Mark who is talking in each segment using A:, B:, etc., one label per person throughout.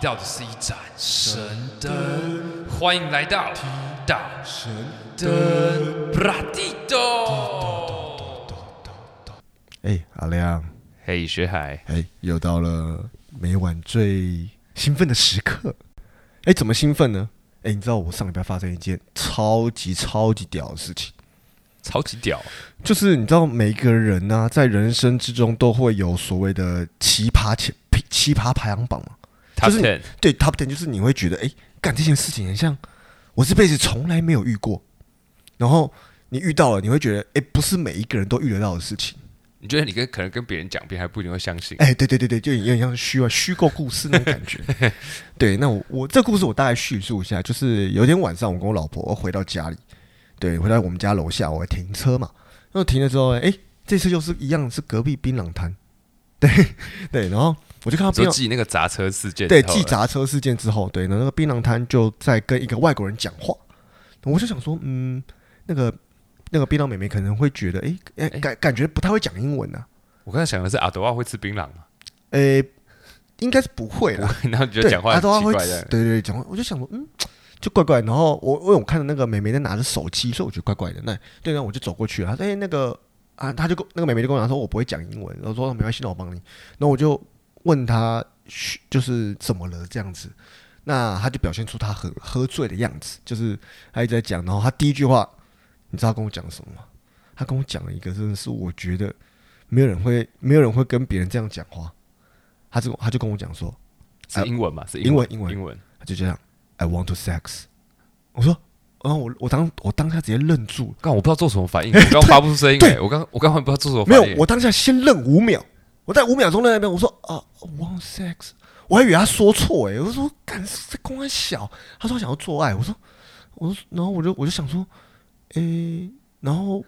A: 到的是一盏神灯，欢迎来到提到神灯布拉蒂多。
B: 哎、阿亮，
A: 嘿，学海，
B: 哎、又到了每晚最兴奋的时刻。哎、怎么兴奋呢？哎、你知道我上礼拜发生一件超级超级屌的事情，
A: 超级屌，
B: 就是你知道每个人呢、在人生之中都会有所谓的奇葩前奇葩排行榜嘛。
A: Top
B: 就是
A: Ten，
B: 对 top ten 就是你会觉得，哎、干这件事情很像我这辈子从来没有遇过，然后你遇到了，你会觉得，哎、不是每一个人都遇得到的事情。
A: 你觉得你跟可能跟别人讲，别人还不一定会相信。
B: 哎、对对对对，就有点像虚幻虚构故事那种感觉。 对，那我我这故事我大概叙述一下，就是有一天晚上我跟我老婆回到家里，对，回到我们家楼下，我停车嘛，然后停了之后，哎、这次又是一样是隔壁槟榔摊，对对，然后我就看到槟
A: 说
B: 榔
A: 记那个砸车事件，
B: 对，记，砸车事件之后，对，然后那个槟榔摊就在跟一个外国人讲话，我就想说，嗯，那个那个槟榔妹妹可能会觉得，哎、哎、
A: 哎
B: 感感觉不太会讲英文呢、啊，
A: 我刚才想的是阿德瓦会吃槟榔吗？
B: 哎、应该是不会啦，
A: 然后你觉得
B: 对，
A: 讲话
B: 他
A: 很
B: 都
A: 奇
B: 会
A: 怪
B: 吃
A: 的，
B: 对对对，讲话，我就想说，嗯，就怪怪。然后我因为我看到那个妹妹在拿着手机，所以我觉得怪怪的。那对，然后我就走过去，她说：“哎、那个啊，她就跟那个妹妹就跟我讲说，我不会讲英文。”然后说：“没关系，那我帮你。”然后我就问她嘘就是怎么了这样子。那她就表现出她很喝醉的样子，就是她一直在讲。然后她第一句话，你知道她跟我讲什么吗？她跟我讲了一个，真的是我觉得没有人会，没有人会跟别人这样讲话。她就她就跟我讲说，
A: 是英文嘛？是
B: 英
A: 文，
B: 文英文
A: 英文。
B: 他就这样，I want to sex。我说，然后我我当我当下直接愣住了，
A: 刚我不知道做什么 反应，我刚发不出声音
B: 对
A: 哎，我刚我刚刚不知道做什么
B: 没
A: 反应
B: 有，，我当下先愣五秒，我在五秒钟愣在那边，我说啊，I want sex，我还以为他说错哎、我说干这公安小，他说他想要做爱，我说我说，然后我就我就想说，诶、然后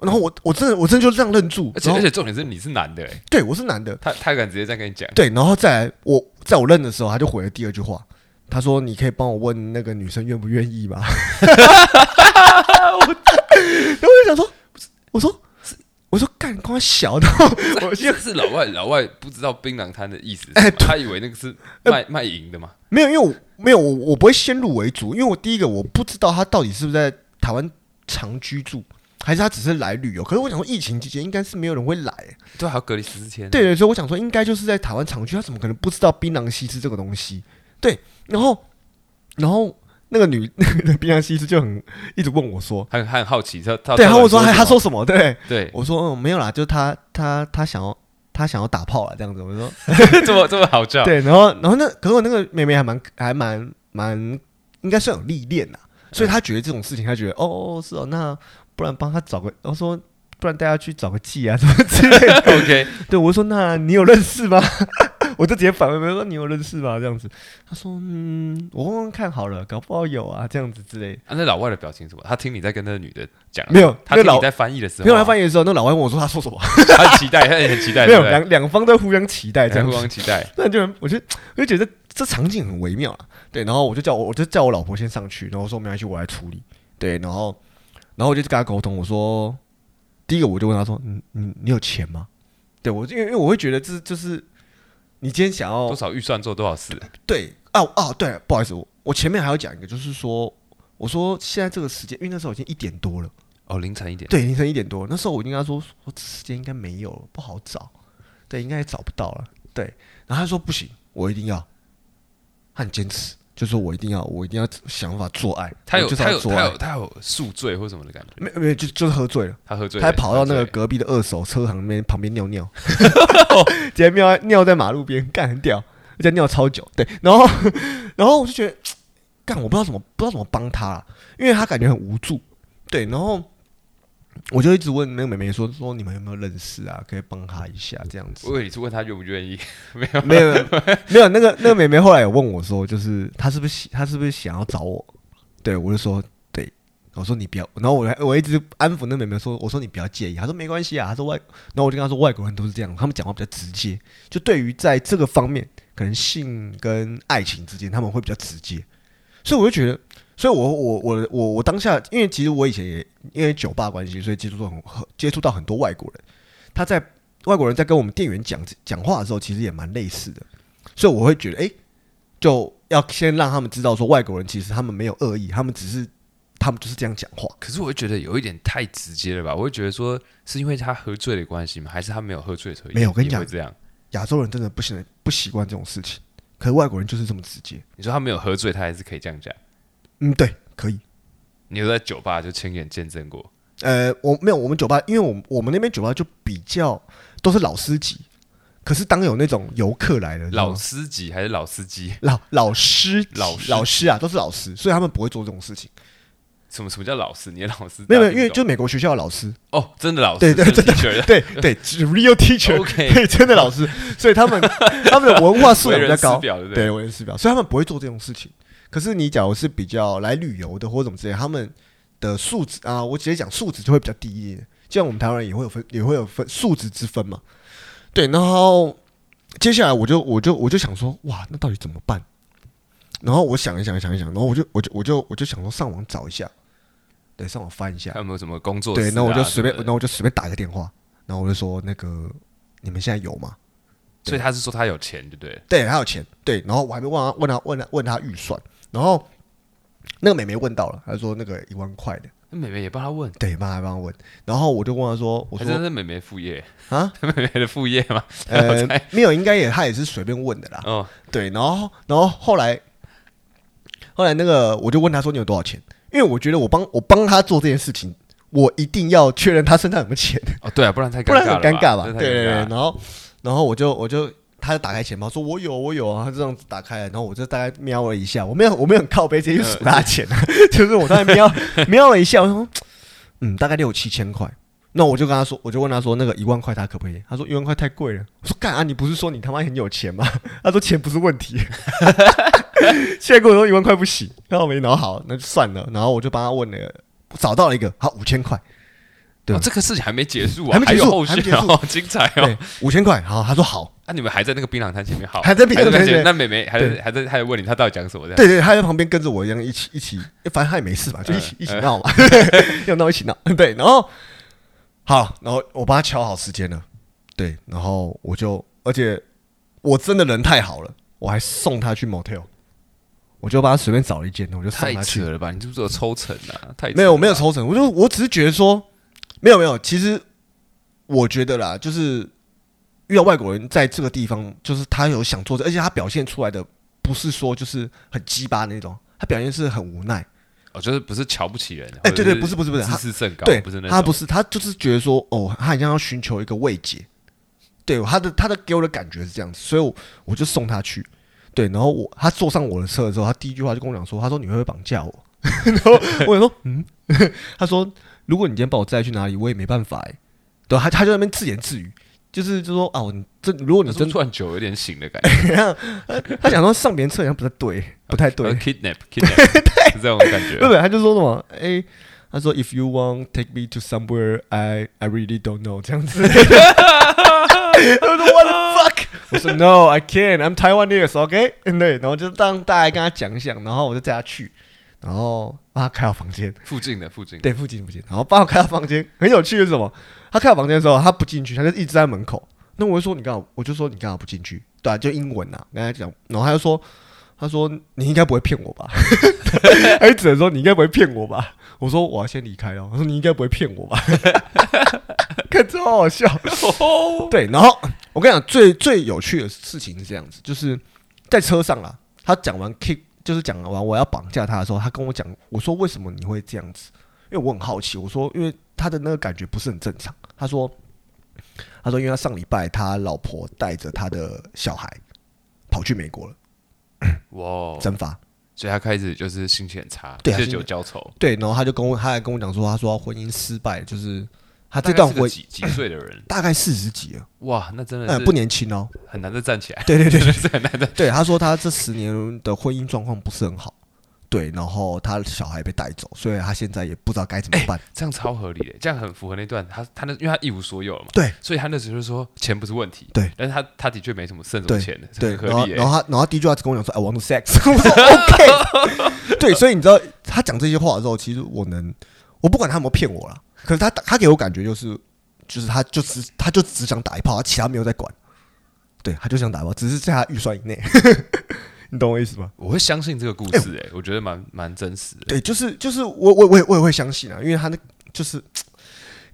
B: 然后我我真的我真的就这样愣住，
A: 而且
B: 然
A: 而
B: 后
A: 且重点是你是男的，哎，
B: 对我是男的，
A: 他他敢直接这样跟你讲，
B: 对，然后再来，我在我认的时候，他就回了第二句话，他说：“你可以帮我问那个女生愿不愿意吗？” 然后我就想说，我说，我说干光小的，
A: 我记得是老外，老外不知道槟榔摊的意思是什么，
B: 哎对呃
A: 他以为那个是卖卖淫的嘛。
B: 没有，因为我没有我我不会先入为主，因为我第一个我不知道他到底是不是在台湾常居住，还是他只是来旅游。可是我想说，疫情期间应该是没有人会来，
A: 对，还要隔离十四天。
B: 对，对，所以我想说，应该就是在台湾常去，他怎么可能不知道槟榔西施这个东西？对，然后，然后那个女 那个槟榔西施就很一直问我说，
A: 他他很好奇，他他
B: 对，
A: 他
B: 她问我说，
A: 他
B: 哎，她说什么？对，
A: 对，
B: 我说嗯，没有啦，就是她她她想要她想要打炮了这样子，我就说
A: 这么这么好笑。
B: 对，然后然后那可是我那个妹妹还蛮还蛮蛮应该算有历练啦，所以她觉得这种事情，她觉得哦是哦，那不然帮她找个，我说不然带她去找个妓啊什么之类的。
A: OK，
B: 对，我就说那你有认识吗？ 我就直接反问，我说你有认识吗？这样子，他说嗯，我问问看好了，搞不好有啊，这样子之类的。
A: 啊那老外的表情是什么？他听你在跟那个女的讲，
B: 没有
A: 嗯他
B: 那
A: 听
B: 老
A: 你在翻译的时候，啊
B: 没有来翻译的时候，那老外问我说他说什么，
A: 他很期待，他也很期待，
B: 没
A: 哎对
B: 有
A: 不对？
B: 两两方都互相期待这
A: 哎
B: 样
A: 互
B: 子，
A: 相期待。
B: 那就很我就我就觉得这这场景很微妙啊。对，然后我就叫我我就叫我老婆先上去，然后说没关系，我来处理。对，然后然后我就跟他沟通，我说第一个我就问他说，你你你有钱吗？对我因为因为我会觉得这就是你今天想要
A: 多少预算做多少事？
B: 对，哦哦，对，不好意思，我我前面还要讲一个，就是说，我说现在这个时间，因为那时候已经一点多了，
A: 哦，凌晨一点。
B: 对，凌晨一点多，那时候我就跟他说，我这时间应该没有了，不好找，对，应该也找不到了，对，然后他说不行，我一定要，他很坚持，就说我一定要，我一定要想办法做爱，
A: 他
B: 我
A: 有
B: 就是
A: 他
B: 要
A: 有
B: 做
A: 他
B: 爱
A: 有，他有宿醉或什么的感觉，
B: 没没有就就是喝醉了。
A: 他喝醉
B: 他
A: 了，
B: 还跑到
A: 喝
B: 那个
A: 醉了
B: 隔壁的二手车行那边旁边尿尿， 直接尿在尿在马路边，干很屌，而且尿超久。对，然后 然后我就觉得，干我不知道怎么不知道怎么帮他啦，因为他感觉很无助。对，然后我就一直问那个妹妹说说你们有没有认识啊？可以帮他一下这样子
A: 我。以为你是问他愿不愿意，
B: 没有没有没有，那个那个妹妹后来有问我说，就是她是不是喜她是不是想要找我？对我就说对，我说你不要，然后我还我一直安抚那妹妹说，我说你不要介意，她说没关系啊，她说外，然后我就跟她说外国人都是这样，他们讲话比较直接，就对于在这个方面，可能性跟爱情之间他们会比较直接，所以我就觉得。所以我，我我我我当下，因为其实我以前也因为酒吧关系，所以接触到很接触到很多外国人，他在外国人在跟我们店员讲讲话的时候，其实也蛮类似的，所以我会觉得，哎、就要先让他们知道说，外国人其实他们没有恶意，他们只是他们就是这样讲话。
A: 可是我会觉得有一点太直接了吧？我会觉得说是因为他喝醉的关系吗？还是他没有喝醉的时候也？
B: 没有我跟你
A: 也
B: 讲
A: 会这样。
B: 亚洲人真的不行，不习惯这种事情，可是外国人就是这么直接。
A: 你说他没有喝醉，他还是可以这样讲。
B: 嗯，对，可以。
A: 你有在酒吧就亲眼见证过，
B: 呃，我没有，我们酒吧，因为我们我们那边酒吧就比较都是老司机，可是当有那种游客来了，你知道吗
A: 老司机还是老司机？
B: 老老师
A: 老师
B: 老师啊，都是老师，所以他们不会做这种事情。
A: 什么什么叫老师？你的老师
B: 没有，没
A: 大
B: 有，
A: 家听
B: 因为
A: 不
B: 就美国学校的老师，
A: 懂哦，真的老师，
B: 对对
A: 真的 teacher
B: 对对只，real teacher，
A: OK
B: 对，真的老师，所以 他们他们的文化素
A: 为
B: 养比较
A: 人师
B: 高，
A: 表，对不
B: 对，为人师表，所以他们不会做这种事情。可是你假如是比较来旅游的或者怎么之类，他们的素质啊，我直接讲素质就会比较低一点。就像我们台湾人也会有分，也会有分素质之分嘛。对，然后接下来我就我就我就想说，哇，那到底怎么办？然后我想一想，想一想，然后我就我就我就我就想说上网找一下，对，上网翻一下
A: 看，有没有什么工作室啊？
B: 对，那我就随便
A: 什，么的
B: 那我就随便打个电话，然后我就说那个你们现在有吗？
A: 所以他是说他有钱，对不对？
B: 对，还有钱，对，然后我还没问他，问他，问他，问他预算，然后那个美眉问到了，她说那个一万块的，
A: 那妹妹也帮他问，
B: 对，妈还帮我问，然后我就问他说，我
A: 还真
B: 说
A: 是妹妹副业，
B: 啊，
A: 妹妹的副业嘛。
B: 呃，没有，应该也他也是随便问的啦，
A: 哦，
B: 对，然后然后后来后来那个我就问他说你有多少钱，因为我觉得我帮我帮他做这件事情，我一定要确认他身上有没有钱，
A: 哦，对啊，不然太
B: 不然很
A: 尴
B: 尴尬吧？
A: 真
B: 对
A: 的
B: 对对，
A: 太尴尬
B: 然
A: 了
B: 后然后我就我就。他就打开钱包，说我有我有啊，他这样子打开，然后我就大概瞄了一下，我没有我没有很靠背直接去数他的钱 啊，就是我大概瞄瞄了一下，我说嗯，大概六七千块，那我就跟他说，我就问他说那个一万块他可不可以？他说一万块太贵了，我说干啊，你不是说你他妈很有钱吗？ 他说钱不是问题，现在跟我说一万块不行，然后我没挠好，那就算了，然后我就帮他问了，找到了一个好五千块。对
A: 哦这个事情还没结束啊，
B: 还没
A: 还
B: 结束
A: 有后
B: 还没
A: 续
B: 结
A: 哦，
B: 束
A: 好精彩哦。
B: 对， 五千块。好，他说好，
A: 那你们还在那个槟榔摊前面，好，
B: 还在槟榔
A: 还在那
B: 摊
A: 边
B: 前面
A: 那妹妹还在
B: 对
A: 还在还在问你，她到底讲什么这样？
B: 对对，他在旁边跟着我一样一起一起，反正他也没事嘛，就一起
A: 嗯
B: 一起 闹嘛，要闹一起闹。 对，然后好，然后我帮他敲好时间了，对，然后我就，而且我真的人太好了，我还送他去 motel，我就帮他随便找了一间，我就送
A: 太
B: 他去
A: 扯。了吧！你是不是有抽成啊？太扯了吧
B: 没有没有抽成，我就我只是觉得说，没有没有，其实我觉得啦，就是遇到外国人在这个地方，就是他有想做，而且他表现出来的不是说就是很鸡巴的那种，他表现是很无奈。
A: 哦，就是不是瞧不起人？
B: 哎对对
A: 或者
B: 不是不是不是
A: 自视甚高，
B: 对，
A: 不是那
B: 他
A: 种
B: 不是，他就是觉得说，哦，他好像要寻求一个慰藉。对，他的他的给我的感觉是这样子，所以我我就送他去。对，然后我他坐上我的车的时候，他第一句话就跟我讲说，他说你会不会绑架我？ 然后我想说，嗯， 他说如果你今天把我载去哪里，我也没办法、欸。对，他他就在那边自言自语，就是就说啊，我真如果你
A: 那是不
B: 真哎
A: 是突然酒有点醒的感觉，
B: 他想说上别人车好像不太对，不太 对，
A: ，kidnap kidnap 呃是这种感
B: 对
A: 觉。
B: 不对？他就说什么，哎、他说 If you want take me to somewhere I I really don't know 这样子。 我说 What the fuck？我说 No I can't I'm Taiwanese OK 对，然后就让大家跟他讲一讲，然后我就带他去，然后帮他开好房间，
A: 附近的附近的，
B: 对，附近附近，然后帮我开到房间。很有趣的是什么？他开到房间的时候，他不进去，他就一直在门口。那我就说你干嘛？我就说你干嘛不进去？对、啊，就英文啊，跟他讲。然后他就说，他说你应该不会骗我吧？ 他就只能说你应该不会骗我吧？我说我要先离开了。他说你应该不会骗我吧？ 看超好笑。对，然后我跟你讲，最最有趣的事情是这样子，就是在车上啊，他讲完 kick，就是讲完我要绑架他的时候，他跟我讲，我说为什么你会这样子？因为我很好奇，我说因为他的那个感觉不是很正常。他说，他说因为他上礼拜他老婆带着他的小孩跑去美国了，
A: 哇！
B: 蒸发。
A: 所以他开始就是心情很差，
B: 对啊
A: 借
B: 心
A: 酒
B: 情
A: 浇愁。
B: 对，然后他就跟我，他还跟我讲说，他说他婚姻失败，就是他
A: 他
B: 这段
A: 大概是个
B: 婚
A: 几几岁的人？
B: 大概四十几了，啊
A: 哇，那真的
B: 嗯，
A: 是
B: 不年轻 哦。
A: 很难再站起来，
B: 对对对
A: 真的 是很难再。
B: 对，他说他这十年的婚姻状况不是很好，对，然后他小孩被带走，所以他现在也不知道该怎么办。
A: 这样超合理的，这样很符合那段他他那，因为他一无所有了嘛，
B: 对，
A: 所以他那时候就说钱不是问题，
B: 对，
A: 但是他他的确没什么剩什么
B: 对
A: 钱的，这
B: 对，
A: 很
B: 然
A: 合
B: 后
A: 理
B: 然
A: 耶。
B: 后他然后他第一句话就跟我讲说，I want to sex，我 说 OK，对， 所以你知道他讲这些话的时候，其实我能，我不管他有没有骗我啦，可是他他给我感觉就是就是他就只他就只想打一炮，他其他没有在管，对，他就想打一炮，只是在他预算以内， 你懂我意思吗？
A: 我会相信这个故事、欸，哎、我觉得蛮蛮真实的。
B: 对，就是就是我我我也我也会相信啊，因为他那就是，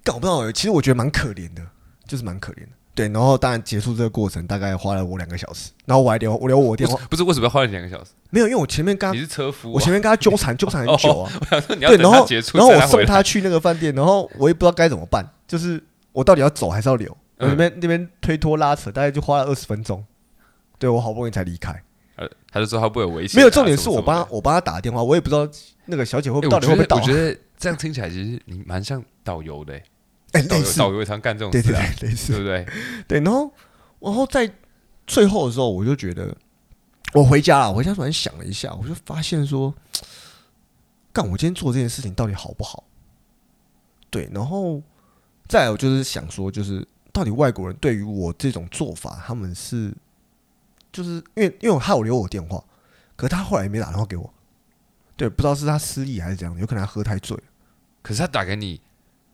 B: 干我不知道欸，其实我觉得蛮可怜的，就是蛮可怜的。对，然后当然结束这个过程大概花了我两个小时，然后我还留我留我的电
A: 不
B: 话，
A: 是不是为什么要花了两个小时？
B: 没有，因为我前面跟
A: 你
B: 他
A: 是车夫、啊，
B: 我前面跟他纠缠纠缠很久啊，
A: 我想 说你哦要
B: 对，
A: 等
B: 然
A: 他
B: 后
A: 结束，
B: 然后我
A: 再
B: 送
A: 回来
B: 他去那个饭店，然后我也不知道该怎么办，就是我到底要走还是要留？
A: 嗯
B: 我那边那边推脱拉扯，大概就花了二十分钟。对我好不容易才离开，
A: 呃，他就说他不会有危险啊。
B: 没有重点是
A: 什么
B: 我帮
A: 什
B: 他
A: 么
B: 我帮他打电话，我也不知道那个小姐会
A: 的。
B: 到底会不啊会
A: 欸
B: 到
A: 我。觉得我觉得这样听起来，其实你蛮像导游的、欸，
B: 哎，
A: 导
B: 类
A: 游
B: 似，
A: 导游也常干这种
B: 对对
A: 事啊，
B: 对，类
A: 对
B: 似，
A: 不对？
B: 对。然后，然后在最后的时候，我就觉得，我回家了，我回家突然想了一下，我就发现说，干，我今天做这件事情到底好不好？对，然后再来我就是想说，就是到底外国人对于我这种做法，他们是就是因为因为我害我留我电话，可是他后来也没打电话给我，对，不知道是他失忆还是怎样，有可能他喝太醉了。
A: 可是他打给你，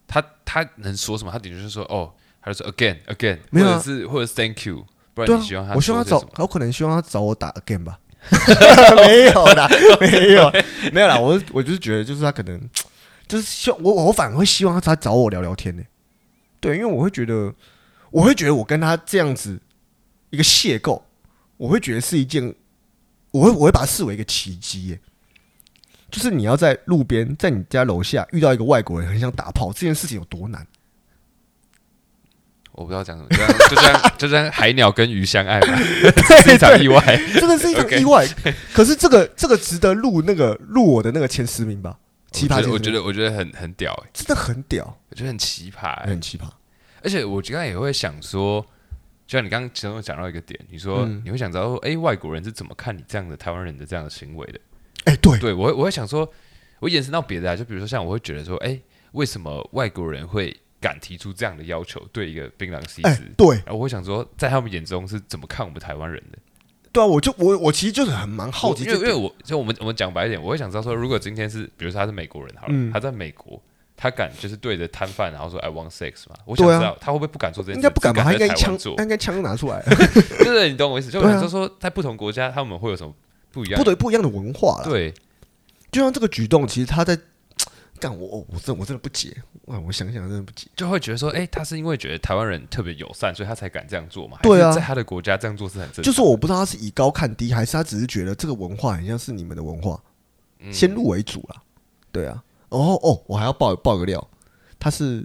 A: 他他能说什么？他顶多就是说哦，他就说 again again，
B: 没有啊
A: 或者是或者是 thank you，不然
B: 对啊
A: 你希望他，
B: 我希
A: 说
B: 望他
A: 些
B: 找
A: 什么，
B: 有可能希望他找我打 again 吧，没有啦，没有，没有啦，我是我就是觉得，就是他可能就是希望我我反而会希望他找我聊聊天呢、对，因为我会觉得，我会觉得我跟他这样子一个邂逅，我会觉得是一件，我会我会把它视为一个奇迹、耶。就是你要在路边，在你家楼下遇到一个外国人，很想打炮，这件事情有多难？
A: 我不知道讲什么，就像 就像就像海鸟跟鱼相爱 嘛，是一场意外。
B: 真的是一场
A: OK
B: 意外。可是这个这个值得录那个录我的那个前十名吧，奇葩
A: 我
B: 前
A: 觉得
B: 十名
A: 我觉得我觉得很很屌、欸，
B: 真的很屌，
A: 我觉得很奇葩、欸，
B: 很奇葩。
A: 而且我刚才也会想说，就像你刚刚其中有讲到一个点，你说、
B: 嗯
A: 你会想知道说，哎、外国人是怎么看你这样的台湾人的这样的行为的？
B: 哎，对，
A: 对我会，我会想说，我延伸到别的啊，就比如说像我会觉得说，哎、为什么外国人会敢提出这样的要求对一个槟榔西
B: 哎
A: 施？，
B: 对，
A: 然后我会想说，在他们眼中是怎么看我们台湾人的？
B: 对啊，我就我我其实就是很蛮好
A: 我
B: 奇
A: 因为
B: 这
A: 因为
B: 点，
A: 我就我们我们讲白一点，我会想知道说，如果今天是比如说他是美国人好了，
B: 嗯
A: 他在美国，他敢就是对着摊贩然后说 I want sex 嘛？我想
B: 对啊
A: 知道他会不会不敢做这件事，
B: 应该不敢吧？他
A: 只
B: 应该
A: 在台湾
B: 枪，
A: 做
B: 他应该枪拿出 来，
A: 对对，你懂我意思。就我
B: 对啊
A: 想说，在不同国家他们会有什么不一样
B: 不
A: 的？
B: 得不一样的文化了。
A: 对，
B: 就像这个举动，其实他在干我，我我真的我真的不解，哇，我想想真的不解。
A: 就会觉得说，哎，他是因为觉得台湾人特别友善，所以他才敢这样做嘛？还
B: 对啊
A: 是在他的国家这样做是很正常。
B: 就是我不知道他是以高看低，还是他只是觉得这个文化很像是你们的文化，
A: 嗯
B: 先入为主啦。对啊，然后哦，我还要爆爆个料，他是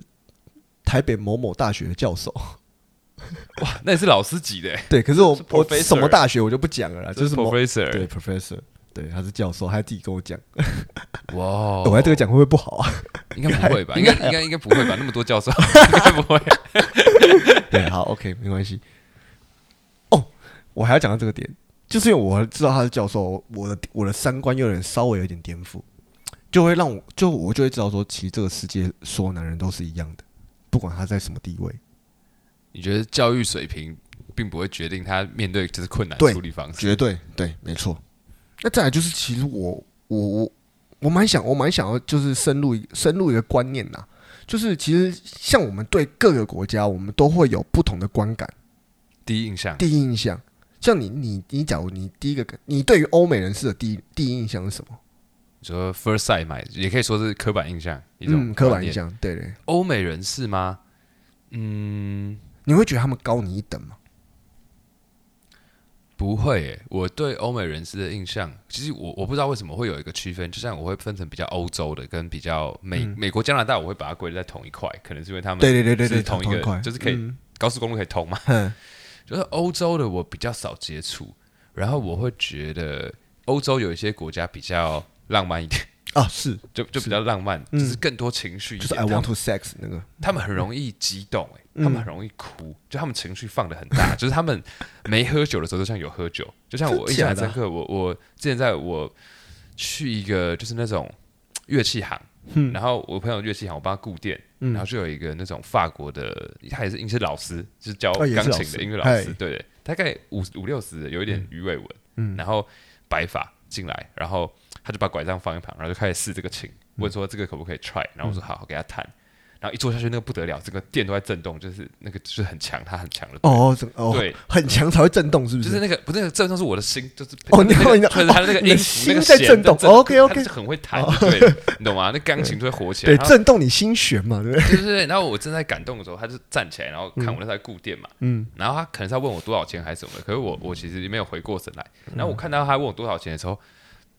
B: 台北某某大学的 教授。
A: 哇， 那也是老师级 的，
B: 对，可是我
A: 是
B: 我
A: professor
B: 什么大学我就不讲了啦，就是某
A: professor。
B: 对 professor，对，他是教授，他自己跟我讲，
A: 哇哦，
B: 我在这个讲会不会不好啊？
A: 应该不会吧？应该应该应该不会吧？那么多教授，应该不会。
B: 对，好，OK，没关系。哦，我还要讲到这个点，就是因为我知道他是教授，我的我的三观有点稍微有点颠覆，就会让我就我就会知道说，其实这个世界所有男人都是一样的，不管他在什么地位，
A: 你觉得教育水平并不会决定他面对就是困难
B: 对
A: 处理方式？
B: 绝对对，没错。那再来就是，其实我我我我蛮想，我蛮想要就是深入一深入一个观念呐、就是其实像我们对各个国家，我们都会有不同的观感。
A: 第一印象，
B: 第一印象，像你你你，假如你第一个感，你对于欧美人士的第一第一印象是什么？
A: 你说 first sight 嘛，也可以说是刻板印象，一种
B: 嗯，刻
A: 观
B: 板
A: 念
B: 印。象，对对，
A: 欧美人士吗？嗯，
B: 你会觉得他们高你一等吗？
A: 不会耶。我对欧美人士的印象，其实我我不知道为什么会有一个区分，就像我会分成比较欧洲的跟比较美、美国、加拿大，我会把它归类在同一块，可能是因为他们
B: 嗯对嗯对对对
A: 嗯
B: 对，
A: 是同一个
B: 块
A: 就是可以
B: 嗯
A: 高速公路可以通嘛。
B: 哼
A: 就是欧洲的我比较少接触，然后我会觉得欧洲有一些国家比较浪漫一点，
B: 啊，是，
A: 就就比较浪漫，
B: 嗯
A: 就是更多情绪一
B: 就
A: 点。
B: 是 I
A: 他们
B: want to sex 那个，
A: 他们很容易激动、欸，
B: 嗯
A: 他们很容易哭，就他们情绪放的很 大，就是他们没喝酒的时候，就像有喝酒，就像我
B: 真
A: 印象
B: 假
A: 很
B: 的啊
A: 深刻，我我之前在我去一个就是那种乐器行，
B: 嗯
A: 然后我朋友乐器行，我帮他顾店，
B: 嗯
A: 然后就有一个那种法国的，他也是音乐老师，就是教
B: 哦也是
A: 钢
B: 老
A: 琴
B: 师
A: 的音乐老
B: 嗨
A: 师，对对，大概五五六十的，有一点鱼尾纹，
B: 嗯
A: 然后白发进来，然后
B: 嗯
A: 他就把拐杖放一旁，然后就开始试这个琴，问说这个可不可以 try，然后我说好，给他弹。然然后一坐下去那个不得了，整个店都在震动，就是那个就是很强，它很强的。
B: 哦哦，整哦，
A: 对，
B: 很强才会震动，是不
A: 就是那个不是那个震动是我的心，就是
B: 哦你
A: 那个
B: 你的
A: 就是它的那
B: 哦
A: 个
B: 你的
A: 音符那个
B: 心在
A: 弦
B: 震动哦
A: 震
B: OK，OK
A: 它是很会弹，对了，你懂吗？那钢琴就会火起来，
B: 哦对，
A: 然后
B: 震动你心弦嘛，对不对？
A: 对对对，然后我正在感动的时候，他就站起来，然后看我那台固店嘛，
B: 嗯，
A: 然后他可能是要问我多少钱还是什么的，可是我我其实没有回过神来。
B: 嗯
A: 然后我看到他问我多少钱的时候，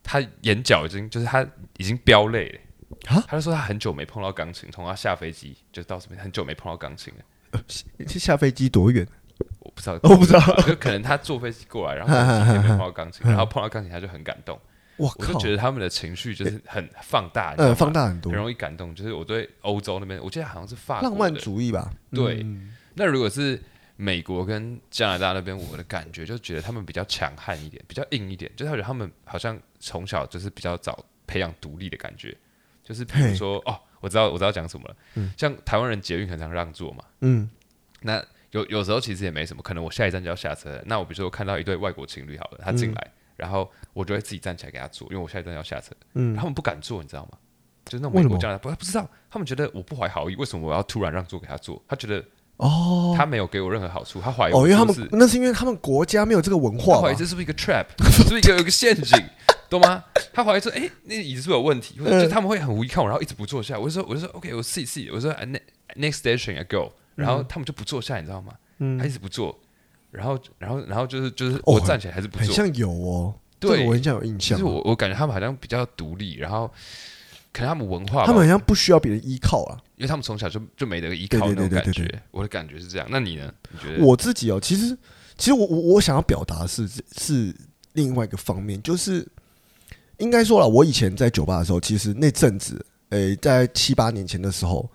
A: 他眼角已经就是他已经飙泪了。
B: 啊
A: 他就说他很久没碰到钢琴，从他下飞机就到这边很久没碰到钢琴了。
B: 是下飞机 多远？
A: 我不知道，
B: 我不知道
A: 就可能他坐飞机过来，然后很久没碰到钢琴，然后碰到钢琴他就很感动。
B: 我
A: 我就
B: 嗯靠，
A: 觉得他们的情绪就是很放大，你知道
B: 呃，
A: 吗
B: 放大很多
A: 很，容易感动。就是我对欧洲那边，我记得好像是法国
B: 浪漫
A: 的
B: 主义吧？
A: 对
B: 嗯
A: 那如果是美国跟加拿大那边，我的感觉就觉得他们比较强悍一点，比较硬一点，就是我觉得他们好像从小就是比较早培养独立的感觉，就是比如说哦，我知道我知道讲什么了，像台湾人捷运很常让座嘛，
B: 嗯，
A: 那有有时候其实也没什么，可能我下一站就要下车了，那我比如说我看到一对外国情侣好了，他
B: 嗯
A: 进来，然后我就会自己站起来给他坐，因为我下一站要下车，
B: 嗯
A: 他们不敢坐，你知道吗？就是那种
B: 为
A: 美
B: 什
A: 国
B: 么
A: 加拿大，不他不知道，他们觉得我不怀好意，为什么我要突然让座给他坐？他觉得
B: 哦
A: 他没有给我任何好处，他怀疑
B: 哦，因为他
A: 我是
B: 们那是因为他们国家没有这个文
A: 不是
B: 化
A: 他怀疑
B: 吧，
A: 这是不是一个 trap，是 不是一个有一个陷阱，懂吗？他怀疑说，哎、那椅子是不是有问题？或
B: 嗯
A: 者就他们会很无依靠，然后一直不坐下。我就说，我就说，OK，我试一试，我说啊，ne-，next station I go，然
B: 嗯
A: 后他们就不坐下，你知道吗？他一直不坐，然后，然后，然后就是就是我站起来还是不
B: 哦很
A: 坐，
B: 像有哦，这
A: 对
B: 个我很像有印
A: 其
B: 象
A: 实，我我感觉他们好像比较独立，然后可能他们文化吧，
B: 他们好像不需要别人依靠啊。
A: 因为他们从小就就没得依靠
B: 对
A: 那种
B: 对对对
A: 感觉。
B: 对对
A: 我的感觉是这样，那你呢？你觉得？
B: 我自己哦，其实其实我我我想要表达的是是另外一个方面，就是应该说了，我以前在酒吧的时候，其实那阵子，诶、在七八年前的时候，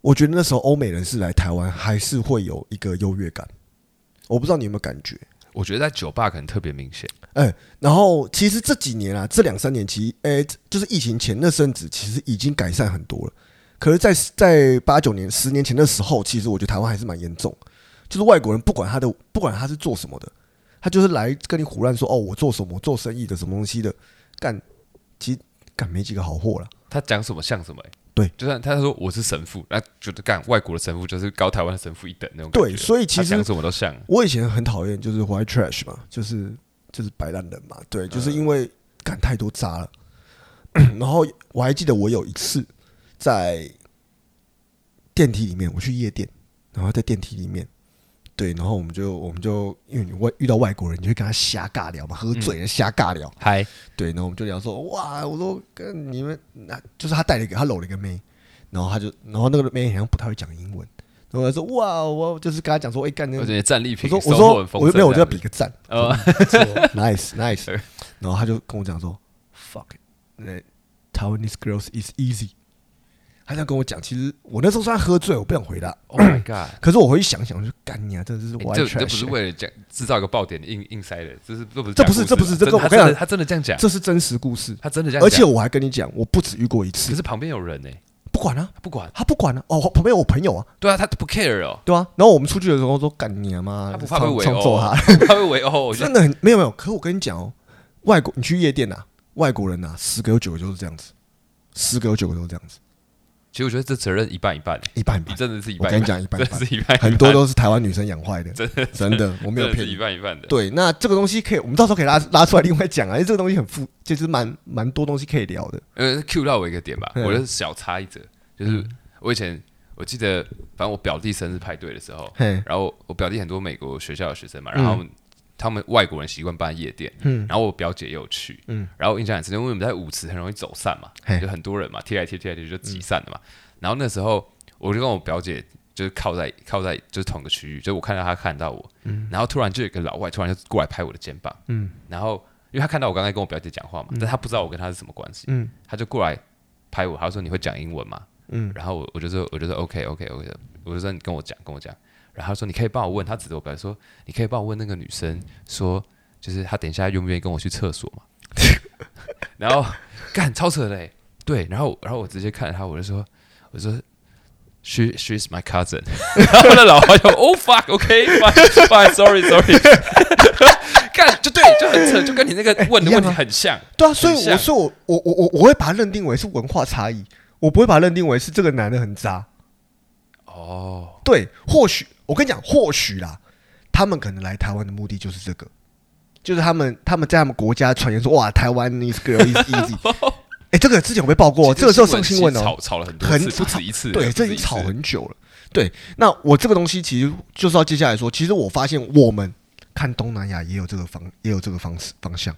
B: 我觉得那时候欧美人士来台湾还是会有一个优越感，我不知道你有没有感觉。
A: 我觉得在酒吧可能特别明显。
B: 哎，然后其实这几年啊，这两三年其实，哎，就是疫情前那阵子，其实已经改善很多了。可是在，在八九年、十年前的时候，其实我觉得台湾还是蛮严重，就是外国人不管他的，不管他是做什么的，他就是来跟你胡乱说哦，我做什么，我做生意的，什么东西的，干，其实干没几个好货了。
A: 他讲什么像什么、欸。
B: 对，
A: 就算他说我是神父，那觉得干外国的神父就是高台湾的神父一等那种感觉。
B: 对，所以其
A: 他
B: 实
A: 讲什么都像。
B: 我以前很讨厌就是 white trash 嘛，就是就是白烂人嘛，对，就是因为干太多渣了。 然后我还记得我有一次在电梯里面，我去夜店，然后在电梯里面，对，然后我们就我们就因为你外遇到外国人，你就会跟他瞎尬聊嘛，喝醉了瞎尬聊，
A: 嗨，
B: 对，然后我们就聊说，哇，我说跟你们，那就是他带了一个，他搂了一个妹，然后他就，然后那个妹好像不太会讲英文，然后他说，哇，我就是跟他讲说，哎、干，那
A: 我觉得战利
B: 我
A: 品
B: 说
A: 收
B: 我
A: 获很
B: 说
A: 丰
B: 我
A: 盛。
B: 就没有，我就
A: 这
B: 要
A: 样
B: 比
A: 子
B: 个赞
A: 呃，
B: ，nice nice
A: 对。
B: 然后他就跟我讲说，fuck，那 Taiwanese girls is easy。他这样跟我讲，其实我那时候虽然喝醉，我不想回答，
A: ，Oh my God！
B: 可是我回去想想，我就干你啊，真的是
A: 欸
B: white
A: 这
B: trash
A: 这不是
B: 欸
A: 为了讲制造一个爆点硬硬塞的，这是这不是
B: 这
A: 讲故
B: 不是
A: 事啊
B: 这不是这
A: 真
B: 个
A: 的
B: 我跟你
A: 他真
B: 讲
A: 的他真的这样讲，
B: 这是真实故事，
A: 他真的这样
B: 而
A: 讲。
B: 且我还跟你讲，我不止遇过一
A: 可
B: 次，
A: 是旁边有人呢，
B: 不管啊，
A: 他不管。
B: 他不管啊，哦，旁边有我朋友啊，
A: 对啊，他不 care 哦，
B: 对啊，然后我们出去的时候说干你啊妈，
A: 他不怕被围
B: 冲揍
A: 殴哦
B: 他，，
A: 他会围殴。我觉得
B: 真的很没有没有。可我跟你讲哦，外国你去夜店啊，外国人啊，十个有九个都是这样子，十个有九个都是这样子，
A: 其实我觉得这责任一半一半，欸
B: 一半一
A: 你
B: 半，
A: 真的是一
B: 我
A: 半
B: 跟
A: 一
B: 你
A: 半，
B: 讲一半一
A: 真
B: 半
A: 的，是一半一半，
B: 很多都是台湾女生养坏的，
A: 真的
B: 真的，我没有
A: 真的是
B: 骗
A: 一
B: 你。
A: 半一半的。
B: 对，那这个东西可以，我们到时候可以拉拉出来另外讲啊，因为这个东西很复，就是蛮蛮多东西可以聊的。
A: 呃，Q 到我一个点吧，
B: 嗯
A: 我的小插一则，就是我以前我记得，反正我表弟生日派对的时候，
B: 嘿，
A: 然后我表弟很多美国学校的学生嘛，然后他们他们外国人习惯办夜店，
B: 嗯
A: 然后我表姐也有去，
B: 嗯
A: 然后我印象很深，因为我们在舞池很容易走散嘛
B: 嘿，
A: 就很多人嘛，踢来踢去踢来踢去就挤散了嘛，然后那时候我就跟我表姐。就是靠在靠在就是同个区域，就是我看到她看到我，然后突然就有一个老外突然就过来拍我的肩膀，
B: 嗯
A: 然后因为他看到我刚才跟我表姐讲话嘛，但他不知道我跟他是什么关系，
B: 嗯
A: 他就过来拍我，他说你会讲英文吗？
B: 嗯，
A: 然后我我就说我就说 OK OK OK，我就说你跟我讲跟我讲，然后他说你可以帮我问，他指着我表姐说你可以帮我问那个女生说，就是她等一下愿不愿意跟我去厕所嘛？ 然后干超扯嘞、对，然后然后我直接看着他，我就说我就说。She she's my cousin，然 后那老花就 Oh fuck，OK，fine，fine，sorry，sorry，干就对，就很扯，就跟你那个问的
B: 一样
A: 问
B: 啊
A: 题很像，
B: 对啊，所以
A: 很
B: 我
A: 像
B: 说我我我我我会把它认定为是文化差异，我不会把它认定为是这个男的很渣。
A: 哦，
B: 对，或许我跟你讲，或许啦，他们可能来台湾的目的就是这个，就是他们他们在他们国家传言说，哇，台湾 is girl is easy。哎、 这个之前我被爆过，
A: 其
B: 这
A: 实
B: 个时候上新闻
A: 其实
B: 哦，
A: 吵吵了很多
B: 很
A: 次，
B: 吵
A: 不止一次，
B: 对，
A: 不
B: 这
A: 止
B: 已经
A: 一次
B: 吵很久了。对，那我这个东西其实就是要接下来说，其实我发现我们看东南亚也有这个方，也有这个方式方向。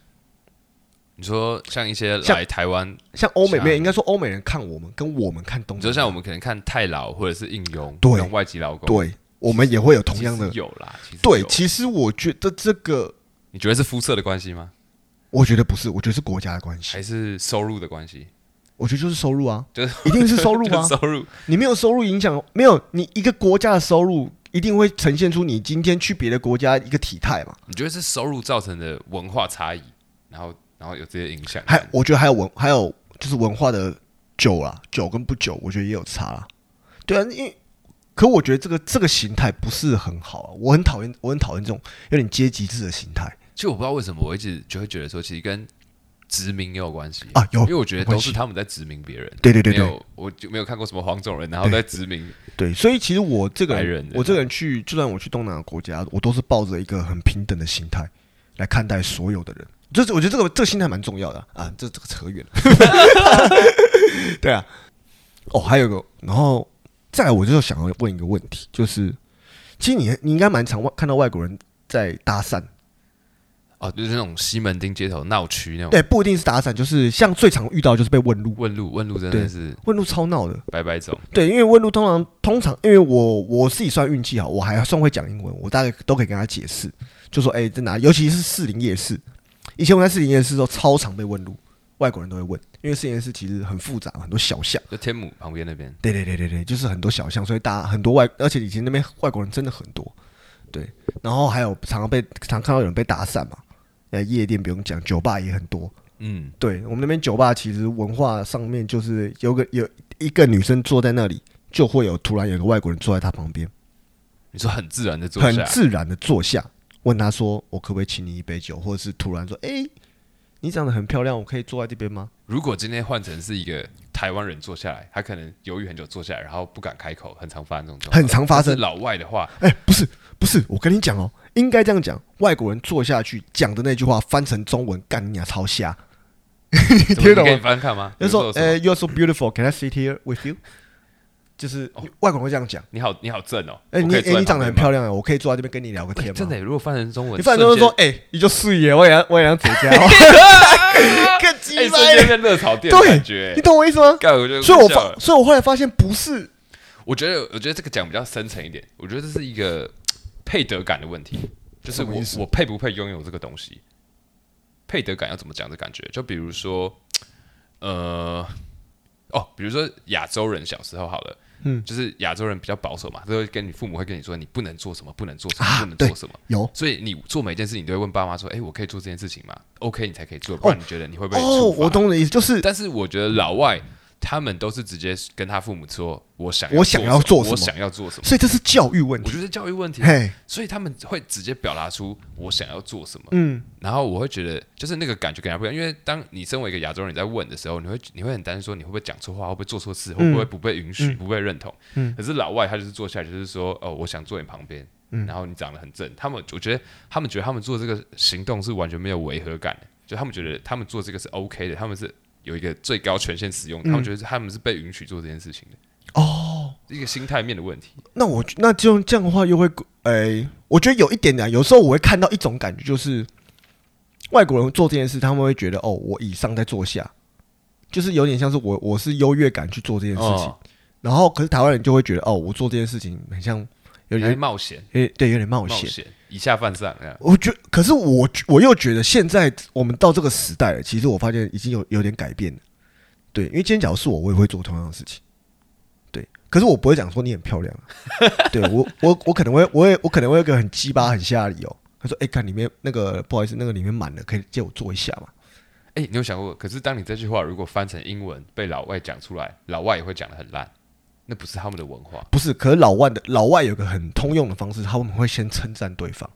A: 你说像一些
B: 像
A: 来台湾，
B: 像欧美
A: 像
B: 没有，应该说欧美人看我们，跟我们看东
A: 你
B: 南亚，
A: 说像我们可能看泰劳或者是应佣，
B: 对
A: 那种外籍劳工，，
B: 对，我们也会有同样的。
A: 有啦，其实
B: 对，
A: 有
B: 其实我觉得这个，
A: 你觉得是肤色的关系吗？
B: 我觉得不是，我觉得是国家的关系。
A: 还是收入的关系？
B: 我觉得就是收入啊，
A: 哎就是
B: 一定是收入啊
A: 就。 收入
B: 你没有收入影响，没有你一个国家的收入，一定会呈现出你今天去别的国家一个体态嘛。
A: 你觉得是收入造成的文化差异，然后然后有这些影响？
B: 还我觉得还有文，还有就是文化的久啦，久跟不久，我觉得也有差啦。对啊，因为可我觉得这个这个形态不是很好啊，我很讨厌，我很讨厌这种有点阶级制的形态
A: 其实我不知道为什么，我一直就会觉得说，其实跟殖民也有关系，
B: 啊。有
A: 因为我觉得
B: 有关
A: 都
B: 系
A: 是他们在殖民别人。
B: 对对对
A: 没
B: 对
A: 有，我就没有看过什么黄种人，然后在殖民
B: 对，所以其实我这个
A: 白
B: 人
A: 人的。
B: 我这个人去，就算我去东南亚国家，我都是抱着一个很平等的心态来看待所有的人。就是我觉得这个这个心态蛮重要的啊，啊这这个扯远了。 对啊，哦，还有一个，然后再来，我就想要问一个问题，就是其实你你应该蛮常外看到外国人在搭讪，
A: 哦，就是那种西门町街头闹区那种。
B: 对，不一定是搭讪，就是像最常遇到就是被问路，
A: 问路，问路真的是
B: 问路超闹的。
A: 白白种，
B: 对，因为问路通常通常，因为我我自己算运气好，我还算会讲英文，我大概都可以跟他解释，就说哎、在哪里？尤其是士林夜市，以前我在士林夜市的时候，超常被问路，外国人都会问，因为士林夜市其实很复杂，很多小巷。
A: 就天母旁边那边。
B: 对对对对对，就是很多小巷，所以大家很多外，而且以前那边外国人真的很多。对，然后还有常常被常看到有人被打散嘛，呃，夜店不用讲，酒吧也很多。
A: 嗯，
B: 对我们那边酒吧，其实文化上面就是有个有一个女生坐在那里，就会有突然有个外国人坐在她旁边，
A: 你说很自然的坐
B: 很
A: 下，
B: 自然的坐下，问她说：“我可不可以请你一杯酒？”或者是突然说：“哎、你长得很漂亮，我可以坐在这边吗
A: 如果今天换成是一个台湾人坐下来，他可能犹豫很久坐下来，然后不敢开口，很常发生这种状？”况。
B: 很常发
A: 但
B: 生
A: 是。老外的话，
B: 哎、不是不是，我跟你讲哦，应该这样讲，外国人坐下去讲的那句话翻成中文，干你娘超 瞎，你
A: 怎么
B: 听
A: 你
B: 懂
A: 可以
B: 吗？
A: 翻看吗？
B: 就说：“
A: 哎，
B: 呃、y o u r e so beautiful, can I sit here with you？” 就是外国人会这样讲。
A: 你好，你好正哦，我
B: 哎、你
A: 可以
B: 哎、
A: 坐在
B: 你长得
A: 旁边
B: 很
A: 吗
B: 漂亮啊，我可以坐在这边跟你聊个天
A: 哎
B: 吗？
A: 真的，如果翻成中文，
B: 你反正就是说
A: 瞬，
B: 哎、你就素颜，我也要我也要嘴家， 更鸡
A: 间，哎，
B: 掰
A: 瞬
B: 了
A: 间变热炒店的
B: 对
A: 感觉
B: 你。懂我意思吗？
A: 干，我就
B: 所以我
A: 笑了
B: 发，所以我后来发现不是，
A: 我觉得，我觉得这个讲比较深层一点。我觉得这是一个嘖配得感的问题，就是
B: 什么
A: 我
B: 意思
A: 我配不配拥有这个东西，配得感要怎么讲的感觉？就比如说，嘖呃，哦，比如说亚洲人小时候好了，
B: 嗯
A: 就是亚洲人比较保守嘛，都会跟你父母会跟你说你不能做什么，不能做什么，
B: 啊
A: 不能做
B: 对
A: 什么。
B: 有
A: 所以你做每件事，你都会问爸妈说：“哎、我可以做这件事情吗？”OK，你才可以做，不然你觉得你会被
B: 哦，
A: 处罚
B: 我懂你的意思，就是
A: 但是我觉得老外他们都是直接跟他父母说：“我想
B: 我想要做什
A: 我
B: 么
A: 想要做什么。
B: 所以这是教育问
A: 我觉
B: 题，
A: 得是教育问题，
B: 嘿，
A: 所以他们会直接表达出我想要做什么。
B: 嗯，
A: 然后我会觉得，就是那个感觉跟人家不一样，因为当你身为一个亚洲人你在问的时候，你会你会很担心说你会不会讲错话，会不会做错事，会不会嗯不被允许、不被认同。
B: 嗯
A: 可是老外他就是坐下来，就是说哦，我想坐你旁边，然后你长得很正。他们我觉得他们觉得他们做这个行动是完全没有违和感的，就他们觉得他们做这个是 OK 的，他们是有一个最高权限使用，他们觉得他们是被允许做这件事情的。哦，一个心态面的问题。
B: 那我那就这样的话又会，哎、我觉得有一点点啊，有时候我会看到一种感觉，就是外国人做这件事，他们会觉得哦，我以上在做下，就是有点像是我我是优越感去做这件事情，
A: 哦
B: 然后可是台湾人就会觉得哦，我做这件事情很像
A: 有
B: 有
A: 点
B: 点
A: 冒险，
B: 有点对有点冒
A: 哎冒
B: 险。
A: 险，以下犯上这样。
B: 我觉，可是我我又觉得现在我们到这个时代了，其实我发现已经有有点改变了。对，因为今天假如是我，我也会做同样的事情。对，可是我不会讲说你很漂亮 啊、对我我我可能会，我也我可能会有一个很鸡巴很下的理由。他说：“哎、看里面那个不好意思，那个里面满了，可以借我坐一下吗
A: 哎、你有想过？可是当你这句话如果翻成英文被老外讲出来，老外也会讲的很烂，那不是他们的文化？”
B: 不是，可是老外的老外有个很通用的方式，他们会先称赞对方。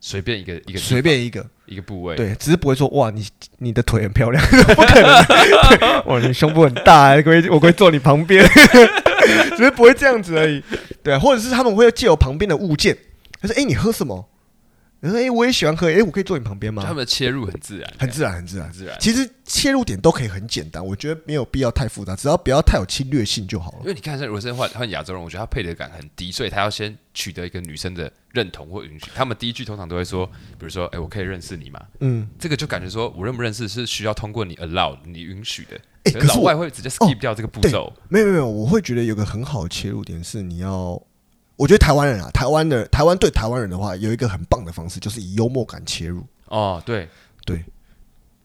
A: 随便一个一个
B: 随便一个，
A: 一个部位，
B: 对，只是不会说哇，你你的腿很漂亮， 不可能，对哇，你胸部很大，我会我会坐你旁边， 只是不会这样子而已，对啊，或者是他们会借由旁边的物件，他说哎、诶你喝什么？你说哎、诶我也喜欢喝，哎、我可以坐你旁边
A: 就
B: 吗
A: 他？们的切入很自然，
B: 很自然，很自然
A: 很。自然。
B: 其实切入点都可以很简单，我觉得没有必要太复杂，只要不要太有侵略性就好了
A: 因。为你看，像如果是换换亚洲人，我觉得他配得感很低，所以他要先取得一个女生的认同或允许。他们第一句通常都会说，比如说，哎、我可以认识你吗？
B: 嗯，
A: 这个就感觉说我认不认识是需要通过你 allow 你允许的。
B: 哎
A: 可
B: 可是
A: 老
B: 我
A: 外会直接 skip 掉这个步
B: 对
A: 骤，
B: 没有没有没有，我会觉得有个很好的切入点是你要，我觉得台湾人啊，台湾的台湾对台湾人的话，有一个很棒的方式，就是以幽默感切入，
A: 哦，对，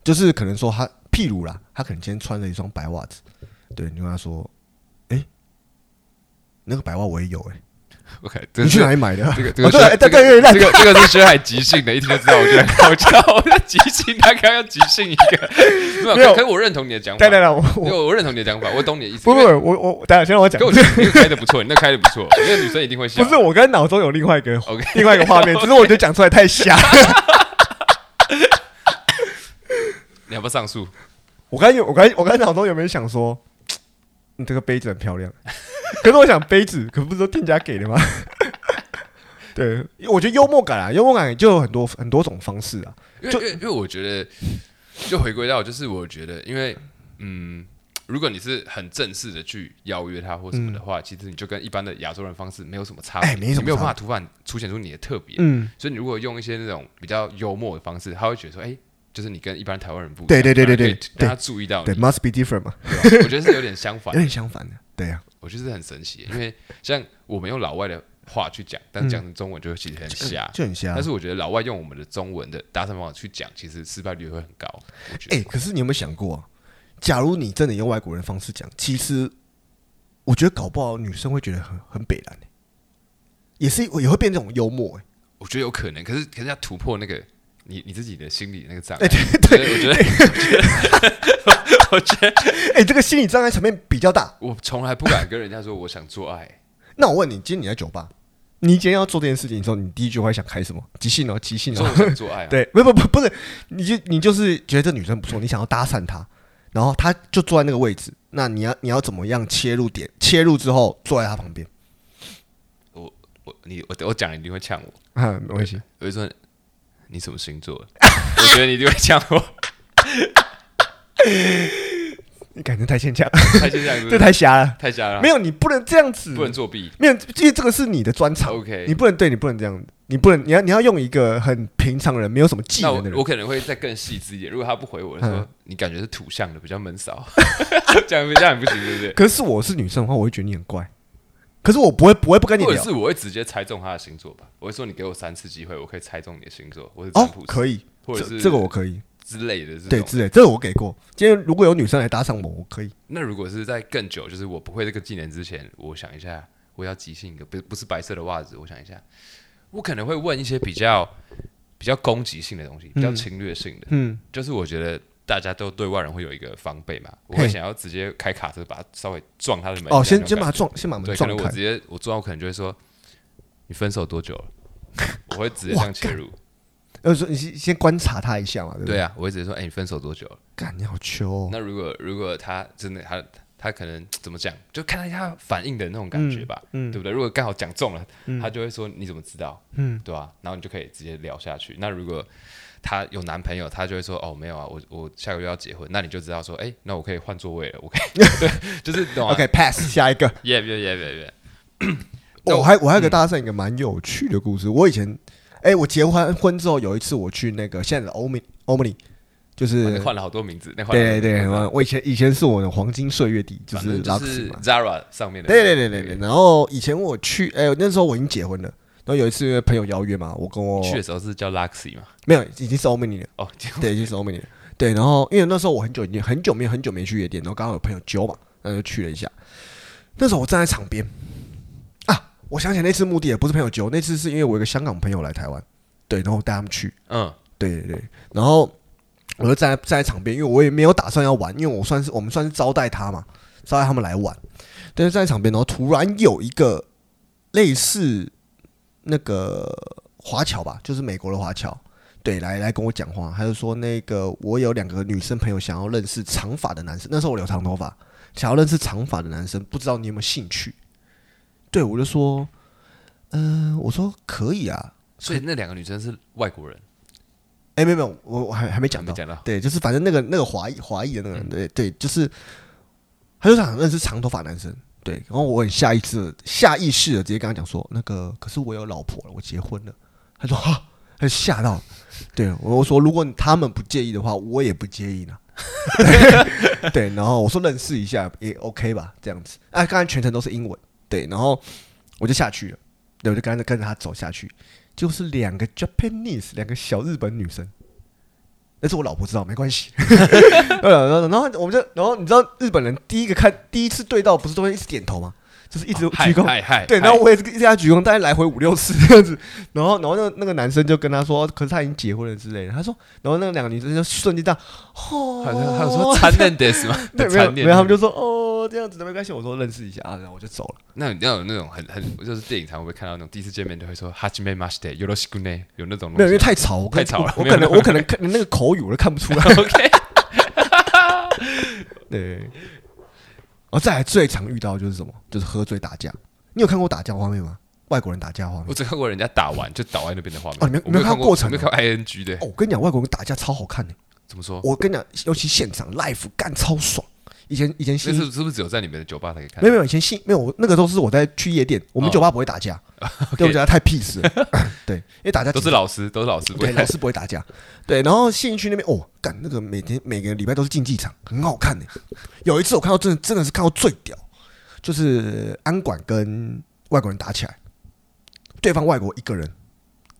B: 就是可能说他，譬如啦，他可能今天穿了一双白袜子，对你就跟他说，哎、那个白袜我也有、哎，
A: OK，这
B: 你去
A: 是
B: 哪里买的？
A: 这个这
B: 哦
A: 个
B: 对哎
A: 这
B: 对对对
A: 个
B: 对
A: 这个这个是薛海即兴的，一听就知道，我觉得很好笑，我在即兴，他刚刚即兴一个，没
B: 没
A: 有，可
B: 有
A: 可是我认同你的讲法，
B: 对对对，我
A: 因为
B: 我
A: 我我认同你的讲法，我懂你的意思，
B: 不不，
A: 因为
B: 我我等一下先让我讲
A: 可，我觉得你开的不错，你那开的不错，那个女生一定会笑
B: 不，是我刚刚脑中有另外一个
A: OK
B: 另外一个画面，只是我觉得讲出来太瞎。
A: 你要不要上诉？
B: 我刚有，我刚我刚脑中有没有想说，你这个杯子很漂亮？ 可是我想杯子可不是说店家给的吗？ 对，我觉得幽默感啊，幽默感就有很多很多种方式啊。
A: 因为
B: 就
A: 因为因为我觉得，就回归到就是我觉得，因为嗯，如果你是很正式的去邀约他或什么的话，其实你就跟一般的亚洲人方式没有什么差别，
B: 嗯哎没什么
A: 你没有
B: 差
A: 办法突然凸显出你的特别，
B: 嗯，
A: 所以你如果用一些那种比较幽默的方式，他会觉得说，哎、就是你跟一般台湾人不一样，
B: 对对对
A: 反
B: 对
A: 而可以
B: 对对
A: 让他注意到你
B: 对。，must be different 嘛，
A: 对吧我觉得是有点相反
B: 有， 点相反的。对啊呀、
A: 我觉得是很神奇，因为像我们用老外的话去讲，但讲成中文就会其实很瞎。
B: 就很瞎
A: 但。是我觉得老外用我们的中文的搭讪方法去讲，其实失败率会很高。我觉得
B: 哎、可是你有没有想过、啊，假如你真的用外国人的方式讲，其实我觉得搞不好女生会觉得很很北然、欸，也是也会变这种幽 默、欸。
A: 我觉得有可能，可是可是要突破那个你你自己的心理那个障碍。
B: 哎、 对对，
A: 对，我觉得
B: 哎、这个心理障碍层面比较大。
A: 我从来不敢跟人家说我想做爱。
B: 那我问你，今天你在酒吧，你今天要做这件事情的时候，你第一句话想开什么？即兴哦，即兴
A: 你说
B: 哦
A: 我。想做爱、啊，
B: 对，不不不，不是，你就你就是觉得这女生不错，你想要搭讪她，然后她就坐在那个位置，那你要你要怎么样切入点？切入之后坐在她 旁边，
A: 我你我我讲你一定会呛我，
B: 啊，没关系。
A: 我就说你什么星座 的？我觉得你一定会呛 我。
B: 你感觉太牵强，
A: 太这样
B: 这
A: 子，
B: 太瞎了。
A: 太瞎了，
B: 没有，你不能这样子，
A: 啊不能作弊。
B: 没有，因为这个是你的专长，
A: OK，
B: 你不能对你不能这样，你不能你要你要用一个很平常人，没有什么技
A: 那
B: 能
A: 我
B: 的人
A: 我。可能会再更细致一点。如果他不回我的时候
B: 嗯，
A: 你感觉是土象的，比较闷骚， 这样这样也不行，对不对？
B: 可是我是女生的话，我会觉得你很怪。可是我不会不会不跟你
A: 或
B: 聊
A: 者，是我会直接猜中他的星座吧，我会说你给我三次机会，我可以猜中你的星座，我是占
B: 哦
A: 卜，师，
B: 可以，
A: 或者
B: 这
A: 是
B: 这个我可以，
A: 之类的这
B: 对，
A: 种。
B: 之类，这个我给过。今天如果有女生来搭上我，我可以。
A: 那如果是在更久，就是我不会这个技能之前，我想一下，我要即兴一个，不不是白色的袜子，我想一下，我可能会问一些比较比较攻击性的东西，比较侵略性的，
B: 嗯，
A: 就是我觉得。大家都对外人会有一个防备嘛，我
B: 嘿
A: 会想要直接开卡车把他稍微撞他的门一下。
B: 哦，先
A: 那种
B: 先把
A: 感
B: 它
A: 觉
B: 撞，先把门
A: 对，可能
B: 撞
A: 我
B: 开
A: 直。接我撞，我可能就会说你分手多久 了？我会直接这样切入。
B: 呃，说你先先观察他一下嘛，对不
A: 对？啊，我会直接说，哎、你分手多久了？
B: 干，你好糗哦。
A: 那如果如果他真的他他可能怎么讲，就看到他反应的那种感
B: 嗯
A: 觉吧，对不对？如果刚好讲中了，他就会说你怎么知道？嗯，对啊，然后你就可以直接聊下去。那如果他有男朋友，他就会说哦没有啊，我我下个月要结婚，那你就知道说，哎、那我可以换座位了，我可 以，对，就是懂吗
B: OK，pass 下一个。
A: 耶耶耶耶耶，那
B: 哦
A: 我
B: 我还我还有个搭讪一个蛮有趣的故事。我以前，哎，我结完婚之后有一次我去那个现在的欧米欧米，就是
A: 那换了好多名字，那换了
B: 对对对，
A: 好多名字
B: 我我以前以前是我的黄金岁月底，就
A: 反
B: 是
A: 正就
B: Lux
A: 是
B: 嘛。
A: Zara 上面的那个，
B: 对对对对对。然后以前我去，哎，那时候我已经结婚了。然后有一次朋友邀约嘛，我跟我
A: 去的时候是叫 Luxy 嘛？
B: 没有，已经是欧米 尼了。
A: 哦，这样
B: 对，就是欧美年。对，然后因为那时候我很久已经很久没有很久没去夜店，然后刚好有朋友揪嘛，那就去了一下。那时候我站在场边啊，我想起来那次目的也不是朋友揪，那次是因为我有一个香港朋友来台湾，对，然后我带他们去，
A: 嗯，
B: 对对对，然后我就站在站在场边，因为我也没有打算要玩，因为我算是我们算是招待他嘛，招待他们来玩。但是站在场边，然后突然有一个类似那个华侨吧，就是美国的华侨，对，来来跟我讲话，他就说那个我有两个女生朋友想要认识长发的男生，那时候我留长头发，想要认识长发的男生，不知道你有没有兴趣？对，我就说，嗯、我说可以啊，
A: 所以那两个女生是外国人，
B: 哎，没有没有，我我还还没讲
A: 还
B: 到
A: 没，讲到，
B: 对，就是反正那个那个华裔华裔的那个人，对对，就是他就想认识长头发男生，对，然后我很下意识地下意识的直接跟他讲说，那个可是我有老婆了，我结婚了，他说哈，他就吓到，对我我说如果他们不介意的话，我也不介意呢。 对对，然后我说认识一下也 OK 吧，这样子。啊，刚才全程都是英文，对，然后我就下去了，对，我就跟着跟着他走下去，就是两个 Japanese，两个小日本女生，但是我老婆知道，没关系。 对啊然后然后我们就，然后你知道日本人第一个看第一次对到不是都会一直点头吗？就是一直
A: 嗨
B: 鞠躬，
A: 哦嗨嗨，
B: 对，
A: 嗨
B: 然后我也是一直给他鞠躬，大概来回五六次这样子。然后，然后那个那个男生就跟他说，可是他已经结婚了之类的。他说，然后那两个女生就瞬间这样，哦，
A: 好像还有说残念 this 吗
B: ？对，没有，
A: 残
B: 没
A: 念
B: 有，他们就说哦，这样子的没关系。我说认识一下啊，然后我就走了。
A: 那你要有那种很很，就是电影才会看到那种第一次见面就会说哈基梅马西德有ろしくね，有那种
B: 没有，因
A: 东西
B: 为太吵，我可能
A: 太吵了
B: 我我
A: 没有
B: 可能我可能看那个口语我都看不出来。
A: OK，
B: 对，然后再来最常遇到的就是什么？就是喝醉打架。你有看过打架画面吗？外国人打架画面
A: 我？只看过人家打完就倒在那边的画面，
B: 哦你没有
A: 我没
B: 没有看
A: 看
B: 过过程
A: 我没有看过 ING 的，
B: 哦，我跟你讲，外国人打架超好看的。
A: 怎么说？
B: 我跟你讲，尤其现场 live 干超爽。以前以前
A: 那
B: 新
A: 是是不是只有在你们的酒吧才可以看
B: 没？有没有，以前信没有，我那个都是我在去夜店，我们
A: 哦
B: 酒吧不会打架， 对不对？太 peace 了， 对，因为打架
A: 都是老师，都是老师，不
B: 对
A: 会
B: 老师不会打架，对。然后信义区那边哦，干那个每天每个礼拜都是竞技场，很好看的。有一次我看到真的真的是看到最屌，就是安管跟外国人打起来，对方外国一个人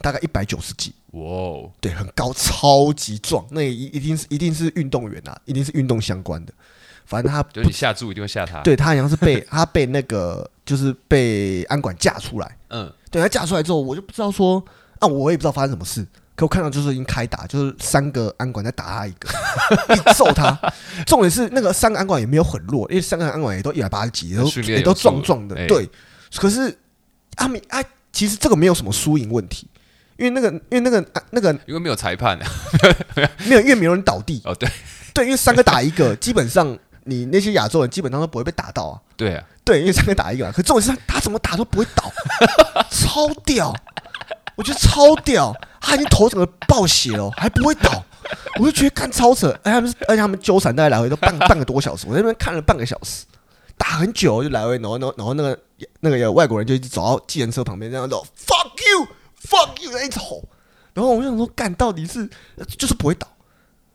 B: 大概一百九十几，
A: 哇哦，
B: 对，很高，超级壮，那一一定是一定是运动员啊，一定是运动相关的。反正他
A: 就是你下注一定会下他，，
B: 对他好像是被他被那个就是被安管架出来，
A: 嗯，
B: 对他架出来之后，我就不知道说啊，我也不知道发生什么事。可我看到就是已经开打，就是三个安管在打他一个， 一直揍他。重点是那个三个安管也没有很弱，因为三个安管也都一百八十几，也都
A: 训练
B: 也
A: 有
B: 都
A: 素
B: 壮壮的。
A: 哎
B: 对，可是他们啊，其实这个没有什么输赢问题，因为那个因为那个、啊、那个
A: 因为没有裁判啊，
B: 没有因为没有人倒地，
A: 哦对
B: 对，因为三个打一个，基本上你那些亚洲人基本上都不会被打到啊。
A: 对啊，
B: 对，因为三个打一个啊，可重点是他他怎么打都不会倒， 超屌，我觉得超屌，他已经头整个爆血了，还不会倒，我就觉得看超扯，哎，他们是而且他们纠缠大概来回都半半个多小时，我在那边看了半个小时，打很久就来回，然后然后然后那个那个有外国人就一直走到计程车旁边，这样子 fuck you fuck you 一直吼，然后我就想说干到底是就是不会倒，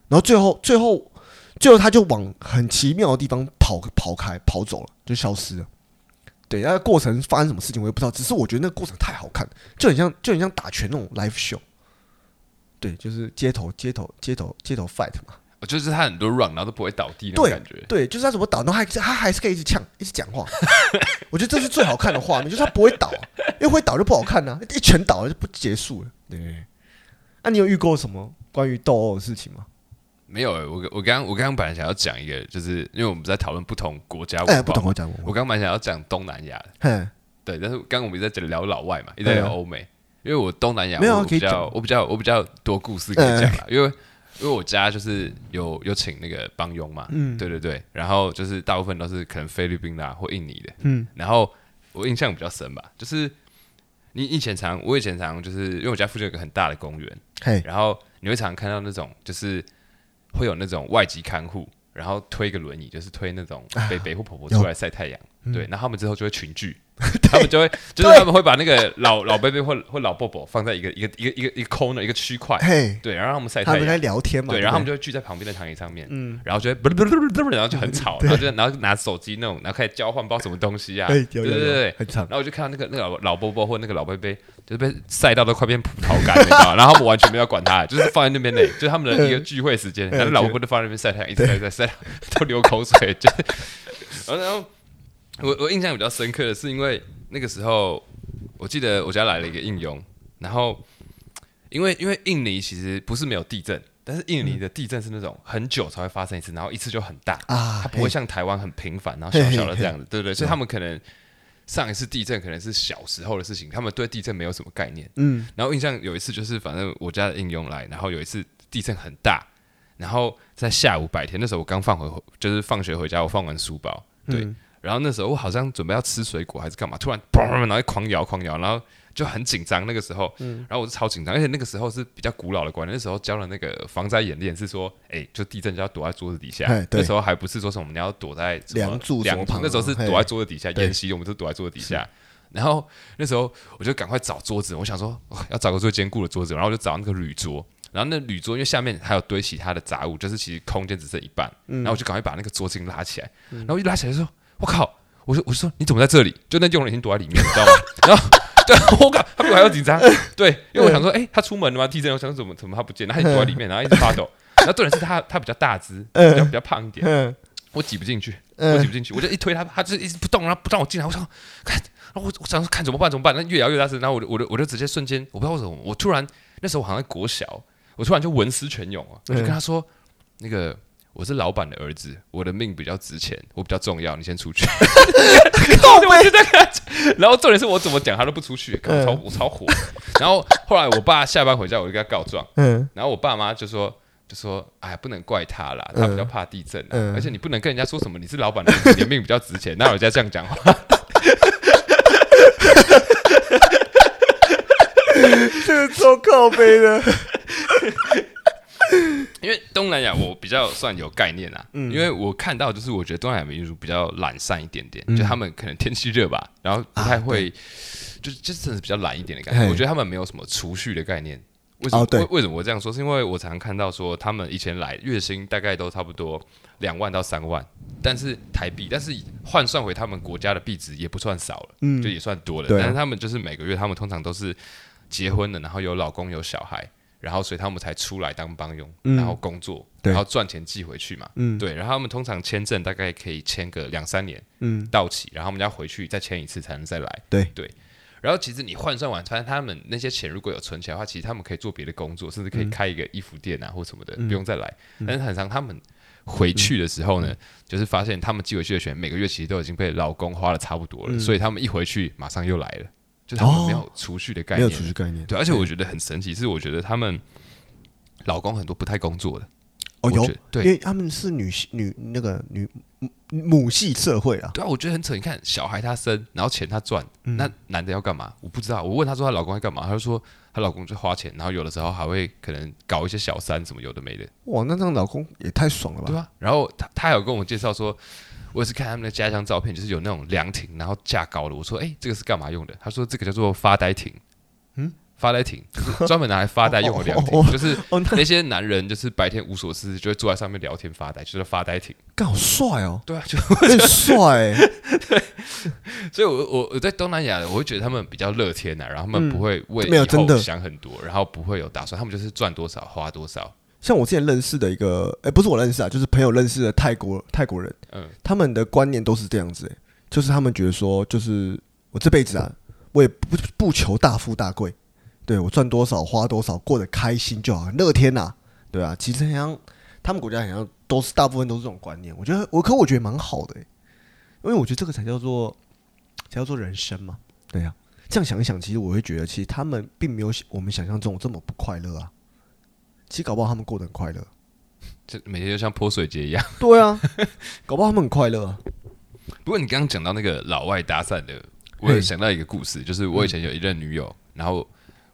B: 然后最后最后最后他就往很奇妙的地方跑跑开跑走了，就消失了。对，那个过程发生什么事情我也不知道，只是我觉得那个过程太好看了，就很像就很像打拳那种 live show。对，就是街头街头街头街头 fight 嘛。
A: 我就是他很多 run 然后都不会倒地那种感觉，
B: 对，就是他怎么倒，然后还他还是可以一直呛一直讲话。 我觉得这是最好看的画面，就是他不会倒啊、因为会倒就不好看呐、一拳倒了就不结束了。对，那、你有遇过什么关于斗殴的事情吗？
A: 没有欸，我我刚我刚刚本来想要讲一个，就是因为我们在讨论不同国家
B: 哎、
A: 文化
B: 不懂
A: 嘛，
B: 我讲
A: 啊我
B: 我，
A: 刚刚本来想要讲东南亚的，
B: 嘿，
A: 对，但是刚刚我们一直在聊老外嘛，一直在聊
B: 嗯
A: 欧美，因为我东南亚
B: 没有啊
A: 我
B: 可以
A: 比较
B: 讲哎
A: 我比较我比较多故事可以讲啦，因为因为我家就是有有请那个帮佣嘛，
B: 嗯
A: 对对对，然后就是大部分都是可能菲律宾啦或印尼的，
B: 嗯，
A: 然后我印象比较深吧，就是你以前常我以前常就是因为我家附近有个很大的公园，
B: 嘿，
A: 然后你会常看到那种就是会有那种外籍看护，然后推个轮椅，就是推那种
B: 啊
A: 北北或婆婆出来晒太阳，
B: 嗯
A: 对，那他们之后就会群 聚。他们就会，就是他们会把那个老老贝贝或或老伯伯放在一个一个一个一个一个 corner 一个区块，
B: 嘿，
A: 对，然后让他们晒
B: 他
A: 太
B: 们在
A: 阳，
B: 聊天嘛，
A: 哎对，然后他们
B: 就
A: 就会聚在旁边的躺椅上面，
B: 嗯，
A: 然后就会 然后就很 吵，然后就然后就拿手机那种，然后开始交换不知道什么东西啊，
B: 哎
A: 对
B: 有
A: 对
B: 有
A: 对
B: 有
A: 对，
B: 很长
A: 然后我就看到那个那个老老伯伯或那个老伯伯，就是被晒到都快变葡萄干了，你知道吗？然后他们完全没有管他，就是放在那边嘞，就是他们的一个聚会时间，然后老伯伯就放在那边晒太阳，一直晒晒晒，都流口水，就是，然后然后我我印象比较深刻的是，因为那个时候我记得我家来了一个应佣，然后因为因为印尼其实不是没有地震。但是印尼的地震是那种很久才会发生一次，然后一次就很大，
B: 啊，
A: 它不会
B: 嘿
A: 像台湾很频繁，然后小小的这样子，对不对？所以他们可能上一次地震可能是小时候的事情，他们对地震没有什么概念。
B: 嗯，
A: 然后印象有一次就是，反正我家的应用来，然后有一次地震很大，然后在下午白天那时候我刚放回，就是放学回家，我放完书包，对，
B: 嗯
A: 然后那时候我好像准备要吃水果还是干嘛，突然砰，然后狂摇狂摇，然后就很紧张那个时候，
B: 嗯
A: 然后我就超紧张，而且那个时候是比较古老的观念，那时候教的那个防灾演练是说，哎，就地震就要躲在桌子底下
B: 哎，对
A: 那时候还不是说什么你要躲在什么
B: 梁柱什么
A: 梁柱
B: 旁，
A: 那时候是躲
B: 嘿
A: 在桌子底下，
B: 对
A: 演习我们都躲在桌子底下。然后那时候我就赶快找桌子，我想说、哦要找个最坚固的桌子，然后我就找那个铝桌。然后那铝桌因为下面还有堆其他的杂物，就是其实空间只剩一半，然后我就赶快把那个桌子给拉起来，然后一拉起来就说：“我靠！”我说：“我就说你怎么在这里？”就那佣人已经躲在里面，你知道吗？然后对，啊我靠，他比我还要紧张。对，因为我想说，哎、他出门了吗？地震，我想说怎么怎么他不见，他一直躲在里面，然后一直发抖。然后重点是他他比较大只，比较比较胖一点，
B: 嗯
A: 我挤不进去，
B: 嗯
A: 我挤不进去，我就一推他，他就一直不动，然后不让我进来。我想看，然后我我想说看怎么办怎么办，那越摇越大声，然后我就我就我就直接瞬间，我不知道为什么，我突然那时候我好像在国小，我突然就文思泉涌啊，我就跟他说，那个我是老板的儿子，我的命比较值钱，我比较重要，你先出去。我就在跟他讲然后重点是我怎么讲他都不出去，我超我超火。然后后来我爸下班回家，我就跟他告状。
B: 嗯
A: 然后我爸妈就说就说，哎，不能怪他啦，他比较怕地震、啊，
B: 嗯
A: 而且你不能跟人家说什么你是老板的儿子，你的命比较值钱，那人家这样讲话，
B: 这个超靠背的，
A: 因为东南亚我比较算有概念啊，
B: 嗯
A: 因为我看到就是我觉得东南亚民族比较懒散一点点，
B: 嗯
A: 就他们可能天气热吧，然后不太会，就就真的是比较懒一点的感
B: 啊嘿
A: 觉。我觉得他们没有什么储蓄的概念。为什么？
B: 哦对
A: 为为什么我这样说？是因为我常看到说他们以前来月薪大概都差不多两万到三万，但是台币，但是换算回他们国家的币值也不算少了，
B: 嗯
A: 就也算多了。
B: 对啊
A: 但是他们就是每个月，他们通常都是结婚了，然后有老公有小孩，然后所以他们才出来当帮佣，
B: 嗯
A: 然后工作，
B: 对
A: 然后赚钱寄回去嘛。
B: 嗯
A: 对，然后他们通常签证大概可以签个两三年
B: 嗯，
A: 到期，然后我们要回去再签一次才能再来。
B: 对
A: 对，然后其实你换算完，发现他们那些钱如果有存起来的话，其实他们可以做别的工作，甚至可
B: 嗯
A: 以开一个衣服店啊或什么的，不用再来。但是很常他们回去的时候
B: 嗯
A: 呢，就是发现他们寄回去的钱每个月其实都已经被老公花的差不多了，
B: 嗯
A: 所以他们一回去马上又来了，就是他们没有储蓄的概
B: 哦没有
A: 念。
B: 储蓄概念，
A: 对，而且我觉得很神奇，是我觉得他们老公很多不太工作的，
B: 哦
A: 我
B: 有
A: 觉得，对
B: 因为他们是女系女那个女母母系社会啊，
A: 对啊，我觉得很扯。你看，小孩他生，然后钱他赚，那男的要干嘛？我不知道。我问她说她老公在干嘛，她就说她老公就花钱，然后有的时候还会可能搞一些小三什么有的没的，
B: 哇，那这样老公也太爽了
A: 对啊
B: 吧？
A: 吧、然后她她还有跟我介绍说，我也是看他们的家乡照片，就是有那种凉亭，然后架高的。我说，哎、这个是干嘛用的？她说这个叫做发呆亭。嗯，发呆亭就是专门拿来发呆用的凉
B: 哦哦
A: 亭，就是
B: 哦，那
A: 那些男人就是白天无所事事，就会坐在上面聊天发呆，就是发呆亭。
B: 干好帅哦，
A: 对啊， 就
B: 很帅欸，
A: 所以我，我我在东南亚，我会觉得他们比较乐天呐、啊然后他们不会为
B: 嗯没有
A: 以后
B: 真的
A: 想很多，然后不会有打算，他们就是赚多少花多少。
B: 像我之前认识的一个，哎、不是我认识啊，就是朋友认识的泰国泰国人，
A: 嗯
B: 他们的观念都是这样子、欸，就是他们觉得说，就是我这辈子啊，我也不不求大富大贵，对我赚多少花多少，过得开心就好，乐天呐、啊，对啊，其实好像他们国家好像都是大部分都是这种观念，我觉得我可我觉得蛮好的、欸，因为我觉得这个才叫做才叫做人生嘛，对呀、啊。这样想一想，其实我会觉得，其实他们并没有我们想象中这么不快乐啊。其实搞不好他们过得很快乐。
A: 就每天就像泼水节一样。
B: 对啊， 搞不好他们很快乐啊。
A: 不过你刚刚讲到那个老外搭讪的，我有
B: 嘿
A: 想到一个故事，就是我以前有一任女友，然后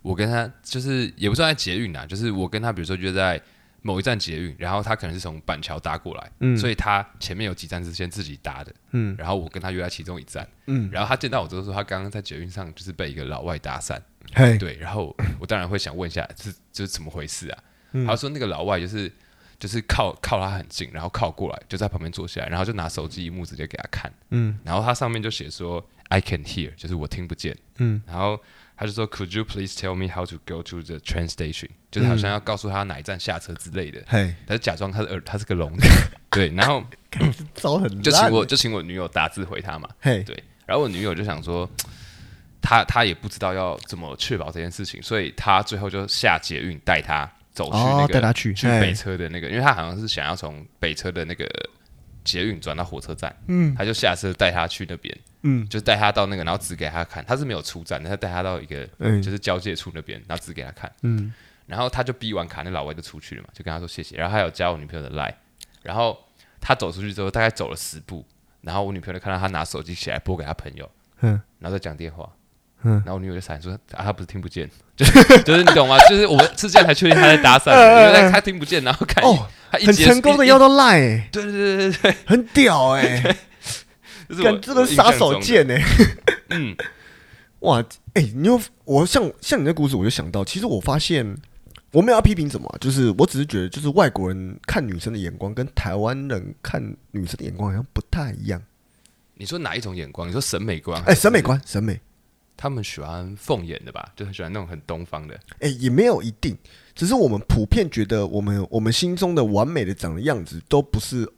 A: 我跟她就是也不算在捷运啊，就是我跟她比如说约在某一站捷运，然后她可能是从板桥搭过来，
B: 嗯
A: 所以她前面有几站是先自己搭的，
B: 嗯
A: 然后我跟她约在其中一站，
B: 嗯，
A: 然后她见到我之后说她刚刚在捷运上就是被一个老外搭讪。
B: 嘿，
A: 对，然后我当然会想问一下，这这是怎么回事啊？
B: 嗯
A: 他说那个老外就是就是靠靠他很近，然后靠过来，就在旁边坐下来，然后就拿手机一幕直接给他看，
B: 嗯
A: 然后他上面就写说 I can hear，就是我听不见，
B: 嗯，
A: 然后他就说 Could you please tell me how to go to the train station？就是好像要告诉他哪一站下车之类的，
B: 嘿，
A: 他就假装他是耳他是个聋子， 对，然后
B: 招很烂
A: 就请我就请我女友打字回他嘛，
B: 嘿，
A: 对，然后我女友就想说，她她也不知道要怎么确保这件事情，所以她最后就下捷运带她走去那
B: 哦
A: 个、
B: 带她去
A: 去
B: 嘿
A: 北车的那个，因为她好像是想要从北车的那个捷运转到火车站，
B: 嗯
A: 他就下车带他去那边，
B: 嗯
A: 就带他到那个，然后指给他看，他是没有出站的，他带他到一个
B: 嗯
A: 就是交界处那边，然后指给他看，
B: 嗯，
A: 然后他就逼完卡，那老外就出去了嘛，就跟他说谢谢，然后他有加我女朋友的 line，然后他走出去之后，大概走了十步，然后我女朋友就看到他拿手机起来拨给他朋友，
B: 嗯
A: 然后再讲电话，
B: 嗯
A: 然后我女友就闪说啊，他不是听不见， 就是就是你懂吗？就是我们是这样才确定他在 搭讪的，因为他他听不见，然后看
B: 嗯哦，
A: 他一
B: 很
A: 结
B: 成功的
A: 一
B: 要到赖、 欸，
A: 对对对对对，
B: 很屌哎、欸，
A: 这是我
B: 干这个
A: 我
B: 是
A: 印象
B: 杀手
A: 中的
B: 锏哎、
A: 嗯
B: 哇，哎、你又我像像你的故事，我就想到，其实我发现我没有要批评什么啊，就是我只是觉得，就是外国人看女生的眼光跟台湾人看女生的眼光好像不太一样。
A: 你说哪一种眼光？你说审美观？
B: 哎、审美，观，审美，
A: 他们喜欢凤眼的吧？就很喜欢那种很东方的。
B: 哎、也没有一定，只是我们普遍觉得，我们我们心中的完美的长的样子都不是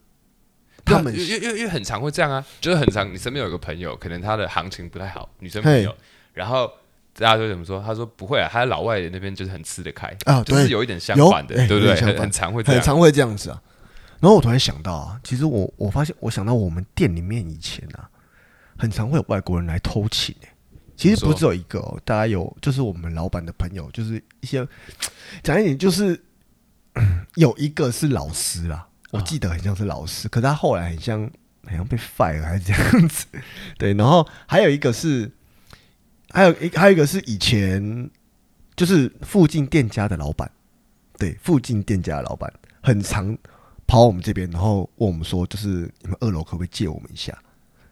B: 他们
A: 因为因为因为因为很常会这样啊，就是很常，你身边有一个朋友，可能他的行情不太好，女生朋友，然后大家都怎么说？他说不会啊，他在老外那边就是很吃得开，
B: 啊，
A: 就
B: 对，
A: 是有一点相
B: 有
A: 反的，
B: 哎
A: 对不
B: 有
A: 对？
B: 点相
A: 很
B: 反
A: 很常会这
B: 很
A: 样，
B: 常会这样子啊。然后我突然想到啊，其实我我发现，我想到我们店里面以前啊，很常会有外国人来偷情、欸、其实
A: 怎么
B: 不
A: 说
B: 只有一个哦，大概有就是我们老板的朋友，就是一些讲一点，就是 嗯有一个是老师啦，我
A: 啊
B: 记得很像是老师，可是他后来很像好像被 fire 还是这样子。 对，然后还有一个是，还有一还有一个是以前就是附近店家的老板，对，附近店家的老板很常跑我们这边，然后问我们说，就是你们二楼可不可以借我们一下？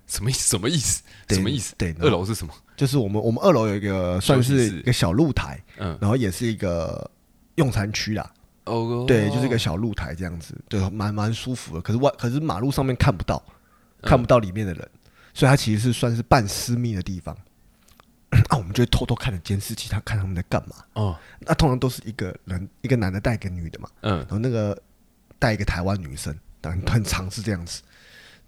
A: 什么意思？什么意思？
B: 对
A: 什么意思？
B: 对，然后
A: 二楼是什么？
B: 就是我们我们二楼有一个算
A: 休
B: 是
A: 息室
B: 一个小露台，
A: 嗯，
B: 然后也是一个用餐区啦，
A: 哦，
B: 对，就是一个小露台这样子，对，蛮蛮舒服的。可是外，可是马路上面看不到，
A: 嗯
B: 看不到里面的人，所以它其实是算是半私密的地方。 啊，我们就会偷偷看着监视器，他看他们在干嘛。
A: 哦，
B: 那、通常都是一个人，一个男的带一个女的嘛，
A: 嗯
B: 然，后那个带一个台湾女生，很很常是这样子。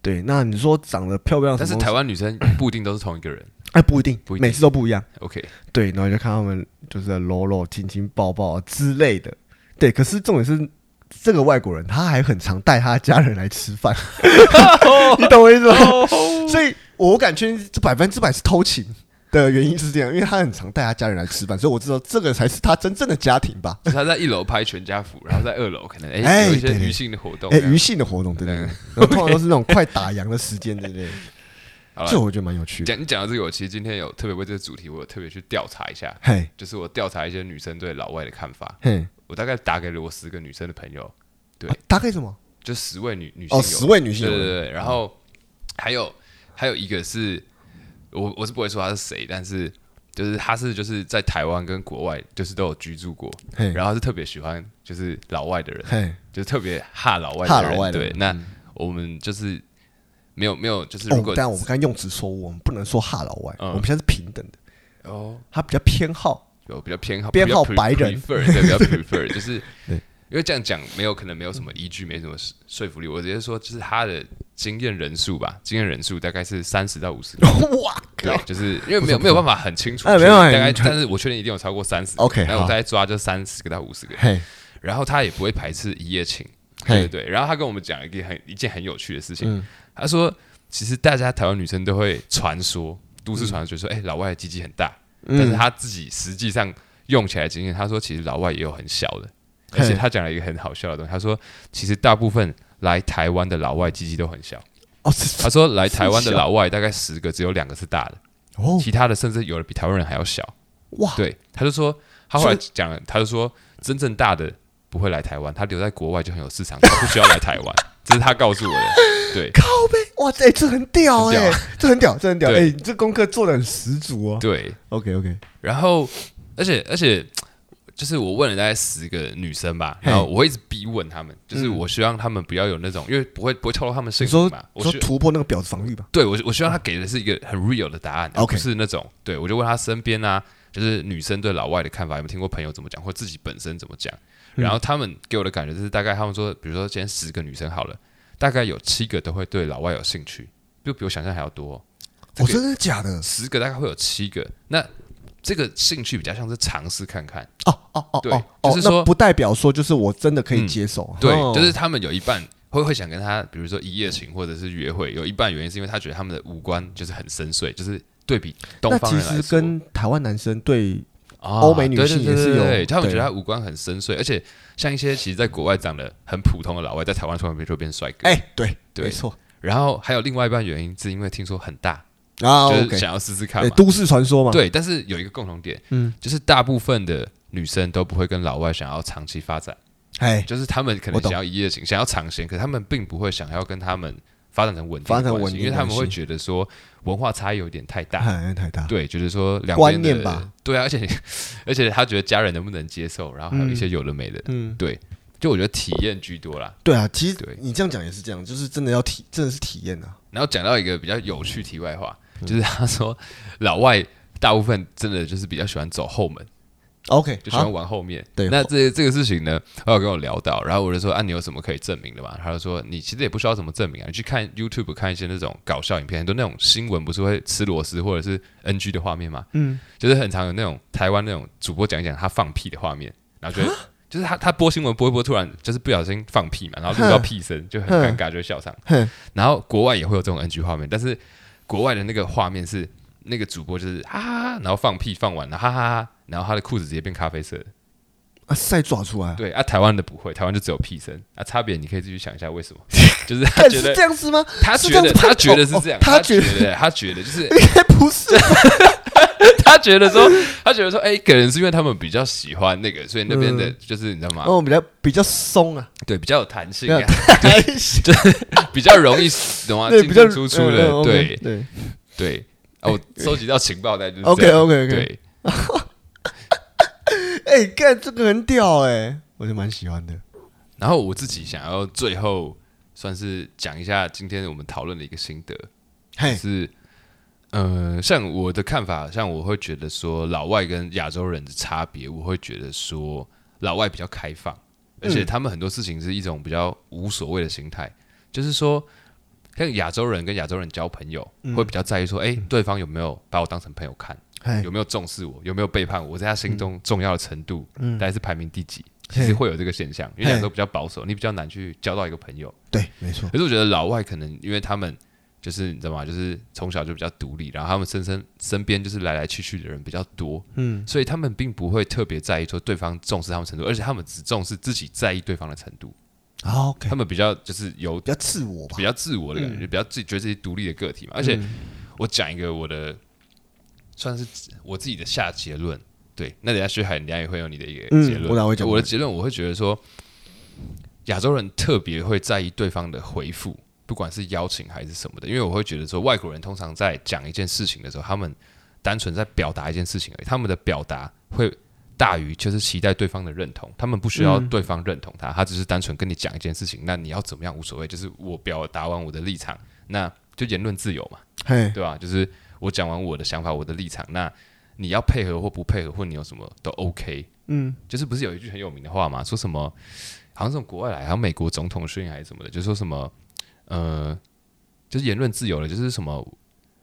B: 对，那你说长得漂不漂亮
A: 但
B: 什
A: 是
B: 么东西？
A: 台湾女生不一定都是同一个人。
B: 哎不一定，
A: 不一定
B: 每次都不一样。
A: OK，
B: 对，然后就看他们就是搂搂、亲亲、抱抱之类的。对，可是重点是这个外国人他还很常带他家人来吃 饭， 你懂我意思吗？
A: 哦
B: 所以我敢确定这百分之百是偷情的原因是这样，因为他很常带他家人来吃饭，所以我知道这个才是他真正的家庭吧。
A: 就是他在一楼拍全家福，然后在二楼可能哎
B: 哎
A: 有一些
B: 对对
A: 娱性的活动。
B: 哎、
A: 这样
B: 余性的活动，对对对，
A: 对
B: 然后通常都是那种快打烊的时间，对不对？
A: 好了
B: 这我觉得蛮有趣的。
A: 讲你讲到这个，我其实今天有特别为这个主题，我有特别去调查一下，
B: 嘿，
A: 就是我调查一些女生对老外的看法。
B: 嘿，
A: 我大概打给了我十个女生的朋友，对
B: 啊大概什么？
A: 就十位女女性
B: 哦，
A: 友
B: 十位女性嗯
A: 对
B: 友
A: 对
B: 人，
A: 对，对然后还有还有一个是我我是不会说她是谁，但是就是她是就是在台湾跟国外就是都有居住过，
B: 嘿，
A: 然后她是特别喜欢就是老外的人，
B: 嘿，哦
A: 就是特别哈老外
B: 嗯怕
A: 的
B: 老
A: 人。
B: 外的
A: 对
B: 人，嗯
A: 那我们就是没有没有就是如
B: 哦
A: 果，
B: 但我们刚才用词错误，我们不能说哈老外，
A: 嗯
B: 我们现在是平等的。
A: 哦
B: 他比较偏好，
A: 有比较偏好
B: 编号
A: 比较 pre-
B: 白人
A: prefer, 对， 比较 prefer，就是
B: 对。
A: 因为这样讲没有可能没有什么依据，没什么说说服力。我直接说，就是他的经验人数吧，经验人数大概是三十到五十
B: 哇
A: 对
B: 哦靠，，
A: 就是因为没有没有办法很清楚，
B: 哎没
A: 确定
B: 有
A: 大概，
B: 很
A: 但是我确定一定有超过三十
B: OK，
A: 然后
B: 好
A: 我大概抓就三十个到五十个，
B: 嘿，
A: 然后他也不会排斥一夜情，对
B: 嘿，
A: 对对。然后他跟我们讲一个很一件很有趣的事情，
B: 嗯，
A: 他说其实大家台湾女生都会传说，都市传说说，哎、老外的鸡鸡很大，
B: 嗯
A: 但是他自己实际上用起来的经验，他说其实老外也有很小的，
B: 嘿
A: 而且他讲了一个很好笑的东西，他说其实大部分来台湾的老外鸡鸡都很小，
B: 哦 是
A: 他说来台湾的老外大概十个只有两个是大的，
B: 哦
A: 其他的甚至有的比台湾人还要小。
B: 哇，
A: 对，他就说他后来
B: 所
A: 讲了，他就说真正大的不会来台湾，他留在国外就很有市场，他不需要来台湾，这是他告诉我 的。对
B: 靠呗，哇塞，这很屌
A: 很屌
B: 哎，这很屌，这很屌
A: 对
B: 哎，你这功课做的很十足哦。
A: 对，
B: OK OK，
A: 然后，而且而且，就是我问了大概十个女生吧，
B: 嘿嗯
A: 然后我会一直逼问她们，就是我希望她们不要有那种，因为不会不会透露她们
B: 你
A: 性
B: 说
A: 格嘛。我
B: 说
A: 希
B: 突破那个婊子防御吧，
A: 对我我希望她给的是一个很 real 的答案，而
B: 嗯 OK
A: 不是那种对我就问她身边啊，就是女生对老外的看法，有没有听过朋友怎么讲，或自己本身怎么讲。
B: 嗯
A: 然后她们给我的感觉就是，大概她们说，比如说今天十个女生好了，大概有七个都会对老外有兴趣，就比我想象还要多哦、这
B: 哦
A: 个
B: 真的假的？
A: 十个大概会有七个，那这个兴趣比较像是尝试看看。
B: 哦哦哦
A: 对
B: 哦
A: 就
B: 哦
A: 是，说嗯
B: 那不代表说就是我真的可以接受，
A: 对，
B: 哦
A: 就是他们有一半会会想跟他，比如说一夜情或者是约会，有一半原因是因为他觉得他们的五官就是很深邃，就是对比东
B: 那
A: 方
B: 其
A: 人来
B: 实
A: 说
B: 跟台湾男生对
A: 啊
B: 欧美女
A: 对
B: 性
A: 对对
B: 也是
A: 对
B: 有
A: 对他们觉
B: 对
A: 得他五官很深邃，而且像一些其实在国外长得很普通的老外，在台湾突然变就变帅哥。
B: 哎、对
A: 对
B: 没错
A: 然后还有另外一半原因是因为听说很大，
B: 啊
A: 就
B: ，OK，
A: 是想要试试看
B: 对
A: 嘛。
B: 都市传说嘛，，
A: 对，但是有一个共同点，
B: 嗯，
A: 就是大部分的女生都不会跟老外想要长期发展，
B: 哎，
A: 就是他们可
B: 我
A: 能
B: 懂
A: 想要一夜情，想要长线，可他们并不会想要跟他们发展成稳定
B: 发
A: 的
B: 展
A: 关
B: 稳
A: 系，
B: 定
A: 因为他们
B: 关
A: 会
B: 系
A: 觉得说文化差异有点太大，
B: 哎太大，
A: 对，就是说两
B: 观
A: 边的
B: 念吧，
A: 对啊，而且而且他觉得家人能不能接受，然后还有一些有的没的，
B: 嗯，
A: 就我觉得体验居多啦。
B: 对啊，其
A: 对
B: 实你这样讲也是这样，就是真的要体，真的是体验啊，
A: 然后讲到一个比较有趣题外话，
B: 嗯
A: 就是他说老外大部分真的就是比较喜欢走后门，
B: OK，
A: 就喜欢
B: 好，
A: 玩后面。
B: 对
A: 那
B: 后
A: 这这个事情呢，他有跟我聊到，然后我就说啊，你有什么可以证明的嘛？他就说你其实也不需要怎么证明啊，你去看 YouTube 看一些那种搞笑影片，很多那种新闻不是会吃螺丝或者是 NG 的画面嘛，
B: 嗯，
A: 就是很常有那种台湾那种主播讲一讲他放屁的画面，然后就会就是他他播新闻播一播，突然就是不小心放屁嘛，然后录到
B: 哼
A: 屁声，就很
B: 哼
A: 尴尬，就会笑场
B: 哼。
A: 然后国外也会有这种 NG 画面，但是国外的那个画面是那个主播就是哈哈哈，然后放屁放完了哈哈哈，然后他的裤子直接变咖啡色的。
B: 啊，再抓出来，
A: 对啊，台湾的不会，台湾就只有屁声啊，差别你可以自己想一下为 什么，就是他
B: 看
A: 觉
B: 是
A: 得
B: 这样子吗？
A: 他
B: 是
A: 觉
B: 这
A: 得
B: 样子吗
A: 他觉得
B: 哦
A: 是
B: 哦
A: 这样，
B: 他
A: 觉
B: 觉
A: 得他觉得就是
B: 应该不是，
A: 他觉得说，他觉得说，哎、可能是因为他们比较喜欢那个，所以那边的
B: 嗯
A: 就是你知道吗？
B: 哦，比较比较松啊，
A: 对，比较有弹性、
B: 对
A: 啊
B: 啊，， 对，
A: 比较容易懂吗？啊进
B: 比较
A: 进出出
B: 嗯嗯
A: 的，
B: ，OK，
A: 对
B: 对
A: 对。哦，我收集到情报袋就是这
B: ，OK
A: 样
B: OK OK，
A: 对，
B: 哎，干这个很屌哎，我就蛮喜欢的，
A: 然后我自己想要最后算是讲一下今天我们讨论的一个心得，就
B: 嘿，
A: 是呃，像我的看法，像我会觉得说老外跟亚洲人的差别，我会觉得说老外比较开放，而且他们很多事情是一种比较无所谓的心态，就是说。像亚洲人跟亚洲人交朋友，会比较在意说，哎、对方有没有把我当成朋友看，
B: 嘿，
A: 有没有重视我，有没有背叛我，我在他心中重要的程度，大概是排名第几，其实
B: 嗯嘿
A: 会有这个现象，因为
B: 嘿
A: 亚洲比较保守，你比较难去交到一个朋友。
B: 对，没错，
A: 可是我觉得老外可能因为他们就是你知道吗？就是从小就比较独立，然后他们身身身边就是来来去去的人比较多，
B: 嗯，
A: 所以他们并不会特别在意说对方重视他们程度，而且他们只重视自己在意对方的程度，
B: 好，OK，
A: 他们比较就是有
B: 比较自我吧嗯
A: 比，较自我的感觉，比较自己觉得自己独立的个体嘛。而且我讲一个我的算是我自己的下结论，对，那等一下薛海，你等一下也会有你的一个
B: 嗯
A: 结论。
B: 我等一下会讲
A: 我的结论，我会觉得说，亚洲人特别会在意对方的回复，不管是邀请还是什么的，因为我会觉得说，外国人通常在讲一件事情的时候，他们单纯在表达一件事情而已，他们的表达会。大于就是期待对方的认同，他们不需要对方认同他，他只是单纯跟你讲一件事情，那你要怎么样无所谓，就是我表达完我的立场，那就言论自由嘛。
B: 嘿，
A: 对吧、就是我讲完我的想法，我的立场，那你要配合或不配合，或你有什么都 OK。
B: 嗯，
A: 就是不是有一句很有名的话嘛，说什么好像从国外来，好像美国总统训还是什么的，就说什么呃，就是言论自由了，就是什么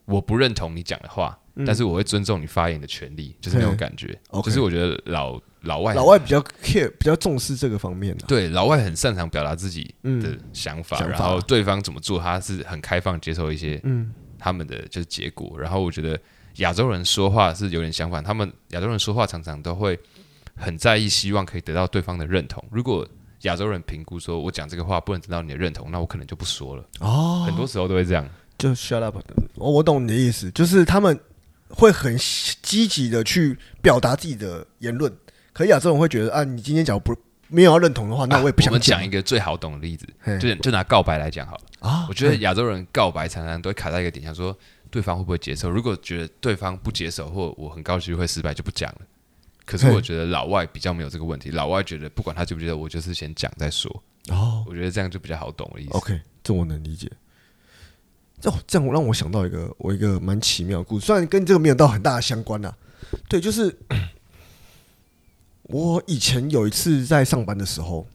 A: 我不认同你讲的话，但是我会尊重你发言的权利，就是那种
B: 嗯对
A: 感觉。
B: OK
A: 就是我觉得老老外
B: 老外比较 care，比较重视这个方面的，啊
A: 对老外很擅长表达自己的
B: 嗯
A: 想法，
B: 想法
A: 然后对方怎么做，他是很开放接受一些
B: 嗯，
A: 他们的就是结果。然后我觉得亚洲人说话是有点相反，他们亚洲人说话常常都会很在意，希望可以得到对方的认同。如果亚洲人评估说我讲这个话不能得到你的认同，那我可能就不说了。
B: 哦，
A: 很多时候都会这样。
B: 就 shut up，我哦我懂你的意思，就是他们会很积极的去表达自己的言论，可亚洲人会觉得啊，你今天讲不没有要认同的话，那
A: 啊
B: 也
A: 我
B: 不想
A: 们讲一个最好懂的例子，
B: 嘿
A: 就就拿告白来讲好了。
B: 啊
A: 我觉得亚洲人告白常常都会卡在一个点，想说对方会不会接受。如果觉得对方不接受，或我很高几率会失败，就不讲了。可是
B: 嘿
A: 我觉得老外比较没有这个问题，老外觉得不管他接不接受，我就是先讲再说。
B: 哦
A: 我觉得这样就比较好懂的意思。
B: ，OK，这我能理解。哦，这样让我想到一个我一个蛮奇妙的故事，虽然跟这个没有到很大的相关啊，对，就是我以前有一次在上班的时候，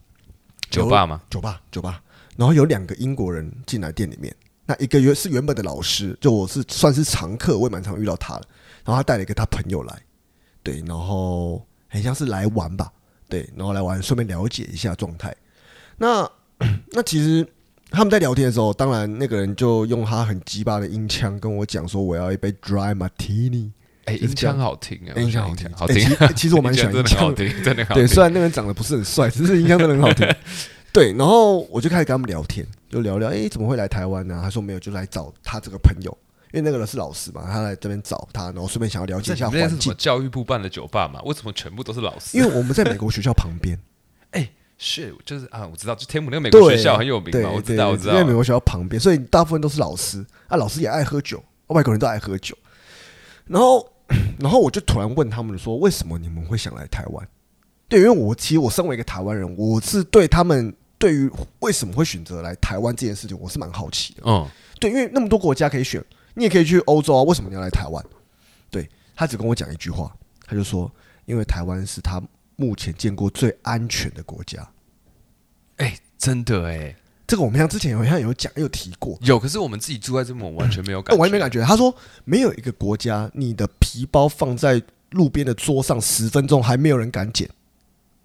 A: 酒吧嘛，
B: 酒吧，酒吧。然后有两个英国人进来店里面，那一个原是原本的老师，就我是算是常客，我也蛮常遇到他的。然后他带了一个他朋友来，对，然后很像是来 玩吧，对，然后来玩，顺便了解一下状态。那那其实他们在聊天的时候，当然那个人就用他很鸡巴的音腔跟我讲说，我要一杯 dry martini，
A: 哎，
B: 就是
A: 音
B: 这样
A: 腔好听啊，
B: 哎音腔好
A: 我
B: 听
A: 觉得好
B: 哎
A: 听
B: 其。实其 实我蛮喜欢
A: 音
B: 音
A: 腔真的很好
B: 腔的，
A: 听，真的很好
B: 对，
A: 听。
B: 虽然那个人长得不是很帅，只是音箱真的很好 听。对，然后我就开始跟他们聊天，就聊聊，哎、怎么会来台湾呢、他说没有，就来找他这个朋友，因为那个人是老师嘛，他来这边找他，然后顺便想要了解
A: 这
B: 一下
A: 你们那
B: 环
A: 是什
B: 境
A: 么，教育部办的酒吧嘛？为什么全部都是老师？
B: 因为我们在美国学校旁边，
A: 是就是啊，我知道，就天母那个美国
B: 对，
A: 学校很有名
B: 对
A: 嘛，我
B: 对
A: 知道，我
B: 对
A: 知
B: 因为
A: 道
B: 美。国学校旁边，所以大部分都是老师啊，老师也爱喝酒，啊外国人都爱喝酒。然后， 然后我就突然问他们说，为什么你们会想来台湾？对，因为我其实我身为一个台湾人，我是对他们对于为什么会选择来台湾这件事情，我是蛮好奇的。
A: 嗯，
B: 对，因为那么多国家可以选，你也可以去欧洲啊，为什么你要来台湾？对他只跟我讲一句话，他就说，因为台湾是他目前见过最安全的国家。
A: 哎，真的哎，
B: 这个我们像之前好像有讲有提过，
A: 有，可是我们自己住在这边，我们完全没有感觉，
B: 但嗯哦我完全没感觉。他说没有一个国家，你的皮包放在路边的桌上十分钟还没有人敢捡。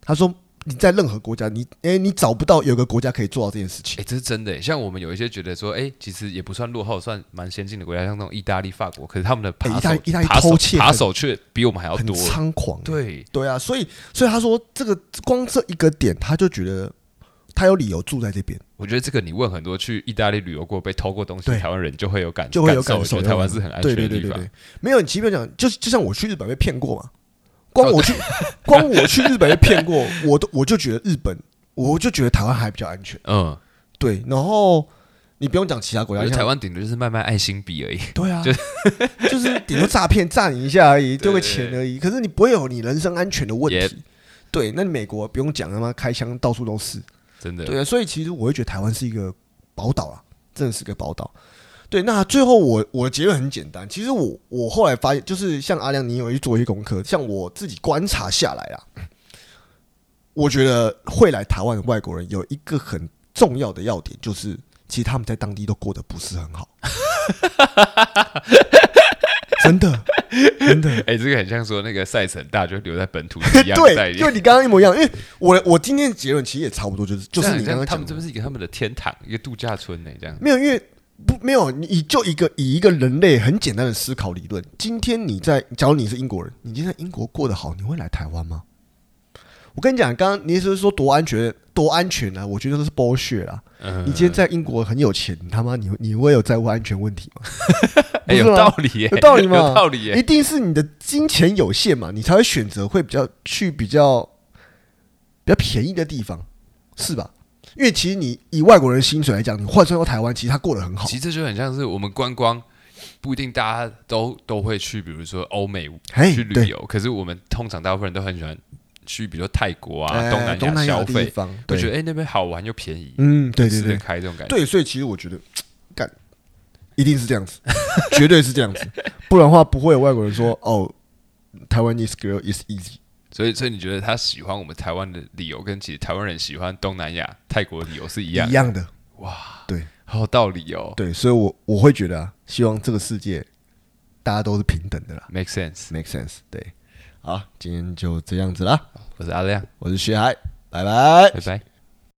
B: 他说你在任何国家，你哎、你找不到有个国家可以做到这件事情
A: 哎、。这是真的欸。像我们有一些觉得说，哎、其实也不算落后，算蛮先进的国家，像那种意大利、法国，可是他们的
B: 欸
A: 扒
B: 意
A: 手、
B: 大利意大利
A: 扒手
B: 偷窃
A: 扒
B: 很
A: 手却比我们还要
B: 很
A: 多。
B: 猖狂，
A: 对，
B: 对啊，所以所以他说这个光这一个点，他就觉得他有理由住在这边。
A: 我觉得这个你问很多去意大利旅游过、被偷过东西的
B: 对
A: 台湾人，就会有感，
B: 就会有感
A: 感
B: 受
A: 觉得台湾是很安
B: 对
A: 全的
B: 对对
A: 地
B: 对
A: 方
B: 对。，没有，你其实讲，就是就像我去日本被骗过嘛，光我去 光我去日本被骗过，我都我就觉得日本，我就觉得台湾还比较安全。
A: 嗯，
B: 对，然后你不用讲其他国
A: 我
B: 家，
A: 觉得
B: 像
A: 台湾顶多就是卖卖爱心笔而已。
B: 对啊， 就是顶多诈骗诈你一下而 已，丢个钱而已。可是你不会有你人身安全的问题
A: Yep。
B: 对，那你美国不用讲，他妈开枪到处都是。
A: 真的，
B: 对啊，所以其实我会觉得台湾是一个宝岛啊，真的是个宝岛。对，那最后我我的结论很简单，其实我我后来发现，就是像阿亮，你有去做一些功课，像我自己观察下来啊，我觉得会来台湾的外国人有一个很重要的要点，就是其实他们在当地都过得不是很好，真的真的，
A: 哎、这个很像说那个赛程大就留在本土是一样的概
B: 哎对，
A: 念
B: 就你刚刚一模一样，因为我我今天的结论其实也差不多，就是就
A: 这
B: 是
A: 样
B: 你
A: 这样
B: 刚刚
A: 他
B: 讲
A: 们
B: 的
A: 这。边是一个他们的天堂，一个度假村呢、这样。
B: 没有，因为不没有，你就一个以一个人类很简单的思考理论，今天你在，假如你是英国人，你今天在英国过得好，你会来台湾吗？我跟你讲，刚刚你是说多安全，多安全啊？我觉得这是剥削啦。
A: 嗯
B: 你今天在英国很有钱，你他妈你你会有在乎安全问题吗？
A: 哎、
B: 不是
A: 有
B: 吗
A: 道理耶、
B: 有道理吗
A: 有道理耶、
B: 一定是你的金钱有限嘛，你才会选择会比较去比较比较便宜的地方，是吧？因为其实你以外国人的薪水来讲，你换算到台湾，其实他过得很好
A: 其。实这就很像是我们观光，不一定大家都都会去，比如说欧美
B: 嘿
A: 去旅
B: 对
A: 游，可是我们通常大部分人都很喜欢去，比如说泰国啊、
B: 哎
A: 东南消
B: 的地
A: 费，
B: 方，
A: 会
B: 对
A: 觉得哎、那边好玩又便宜，
B: 嗯，对对
A: 吃得
B: 对
A: 开这种感觉。
B: 对，所以其实我觉得，干一定是这样子，绝对是这样子，不然的话不会有外国人说哦，台湾 is girl is easy。
A: 所以所以你觉得他喜欢我们台湾的理由，跟其实台湾人喜欢东南亚、泰国的理由是一样
B: 一，样的，
A: 好有道理哦。
B: 对，所以我我会觉得啊，希望这个世界大家都是平等的啦
A: Make sense。
B: ，make sense。对，好，今天就这样子啦，
A: 我是阿亮，
B: 我是薛海，拜拜。
A: 拜拜。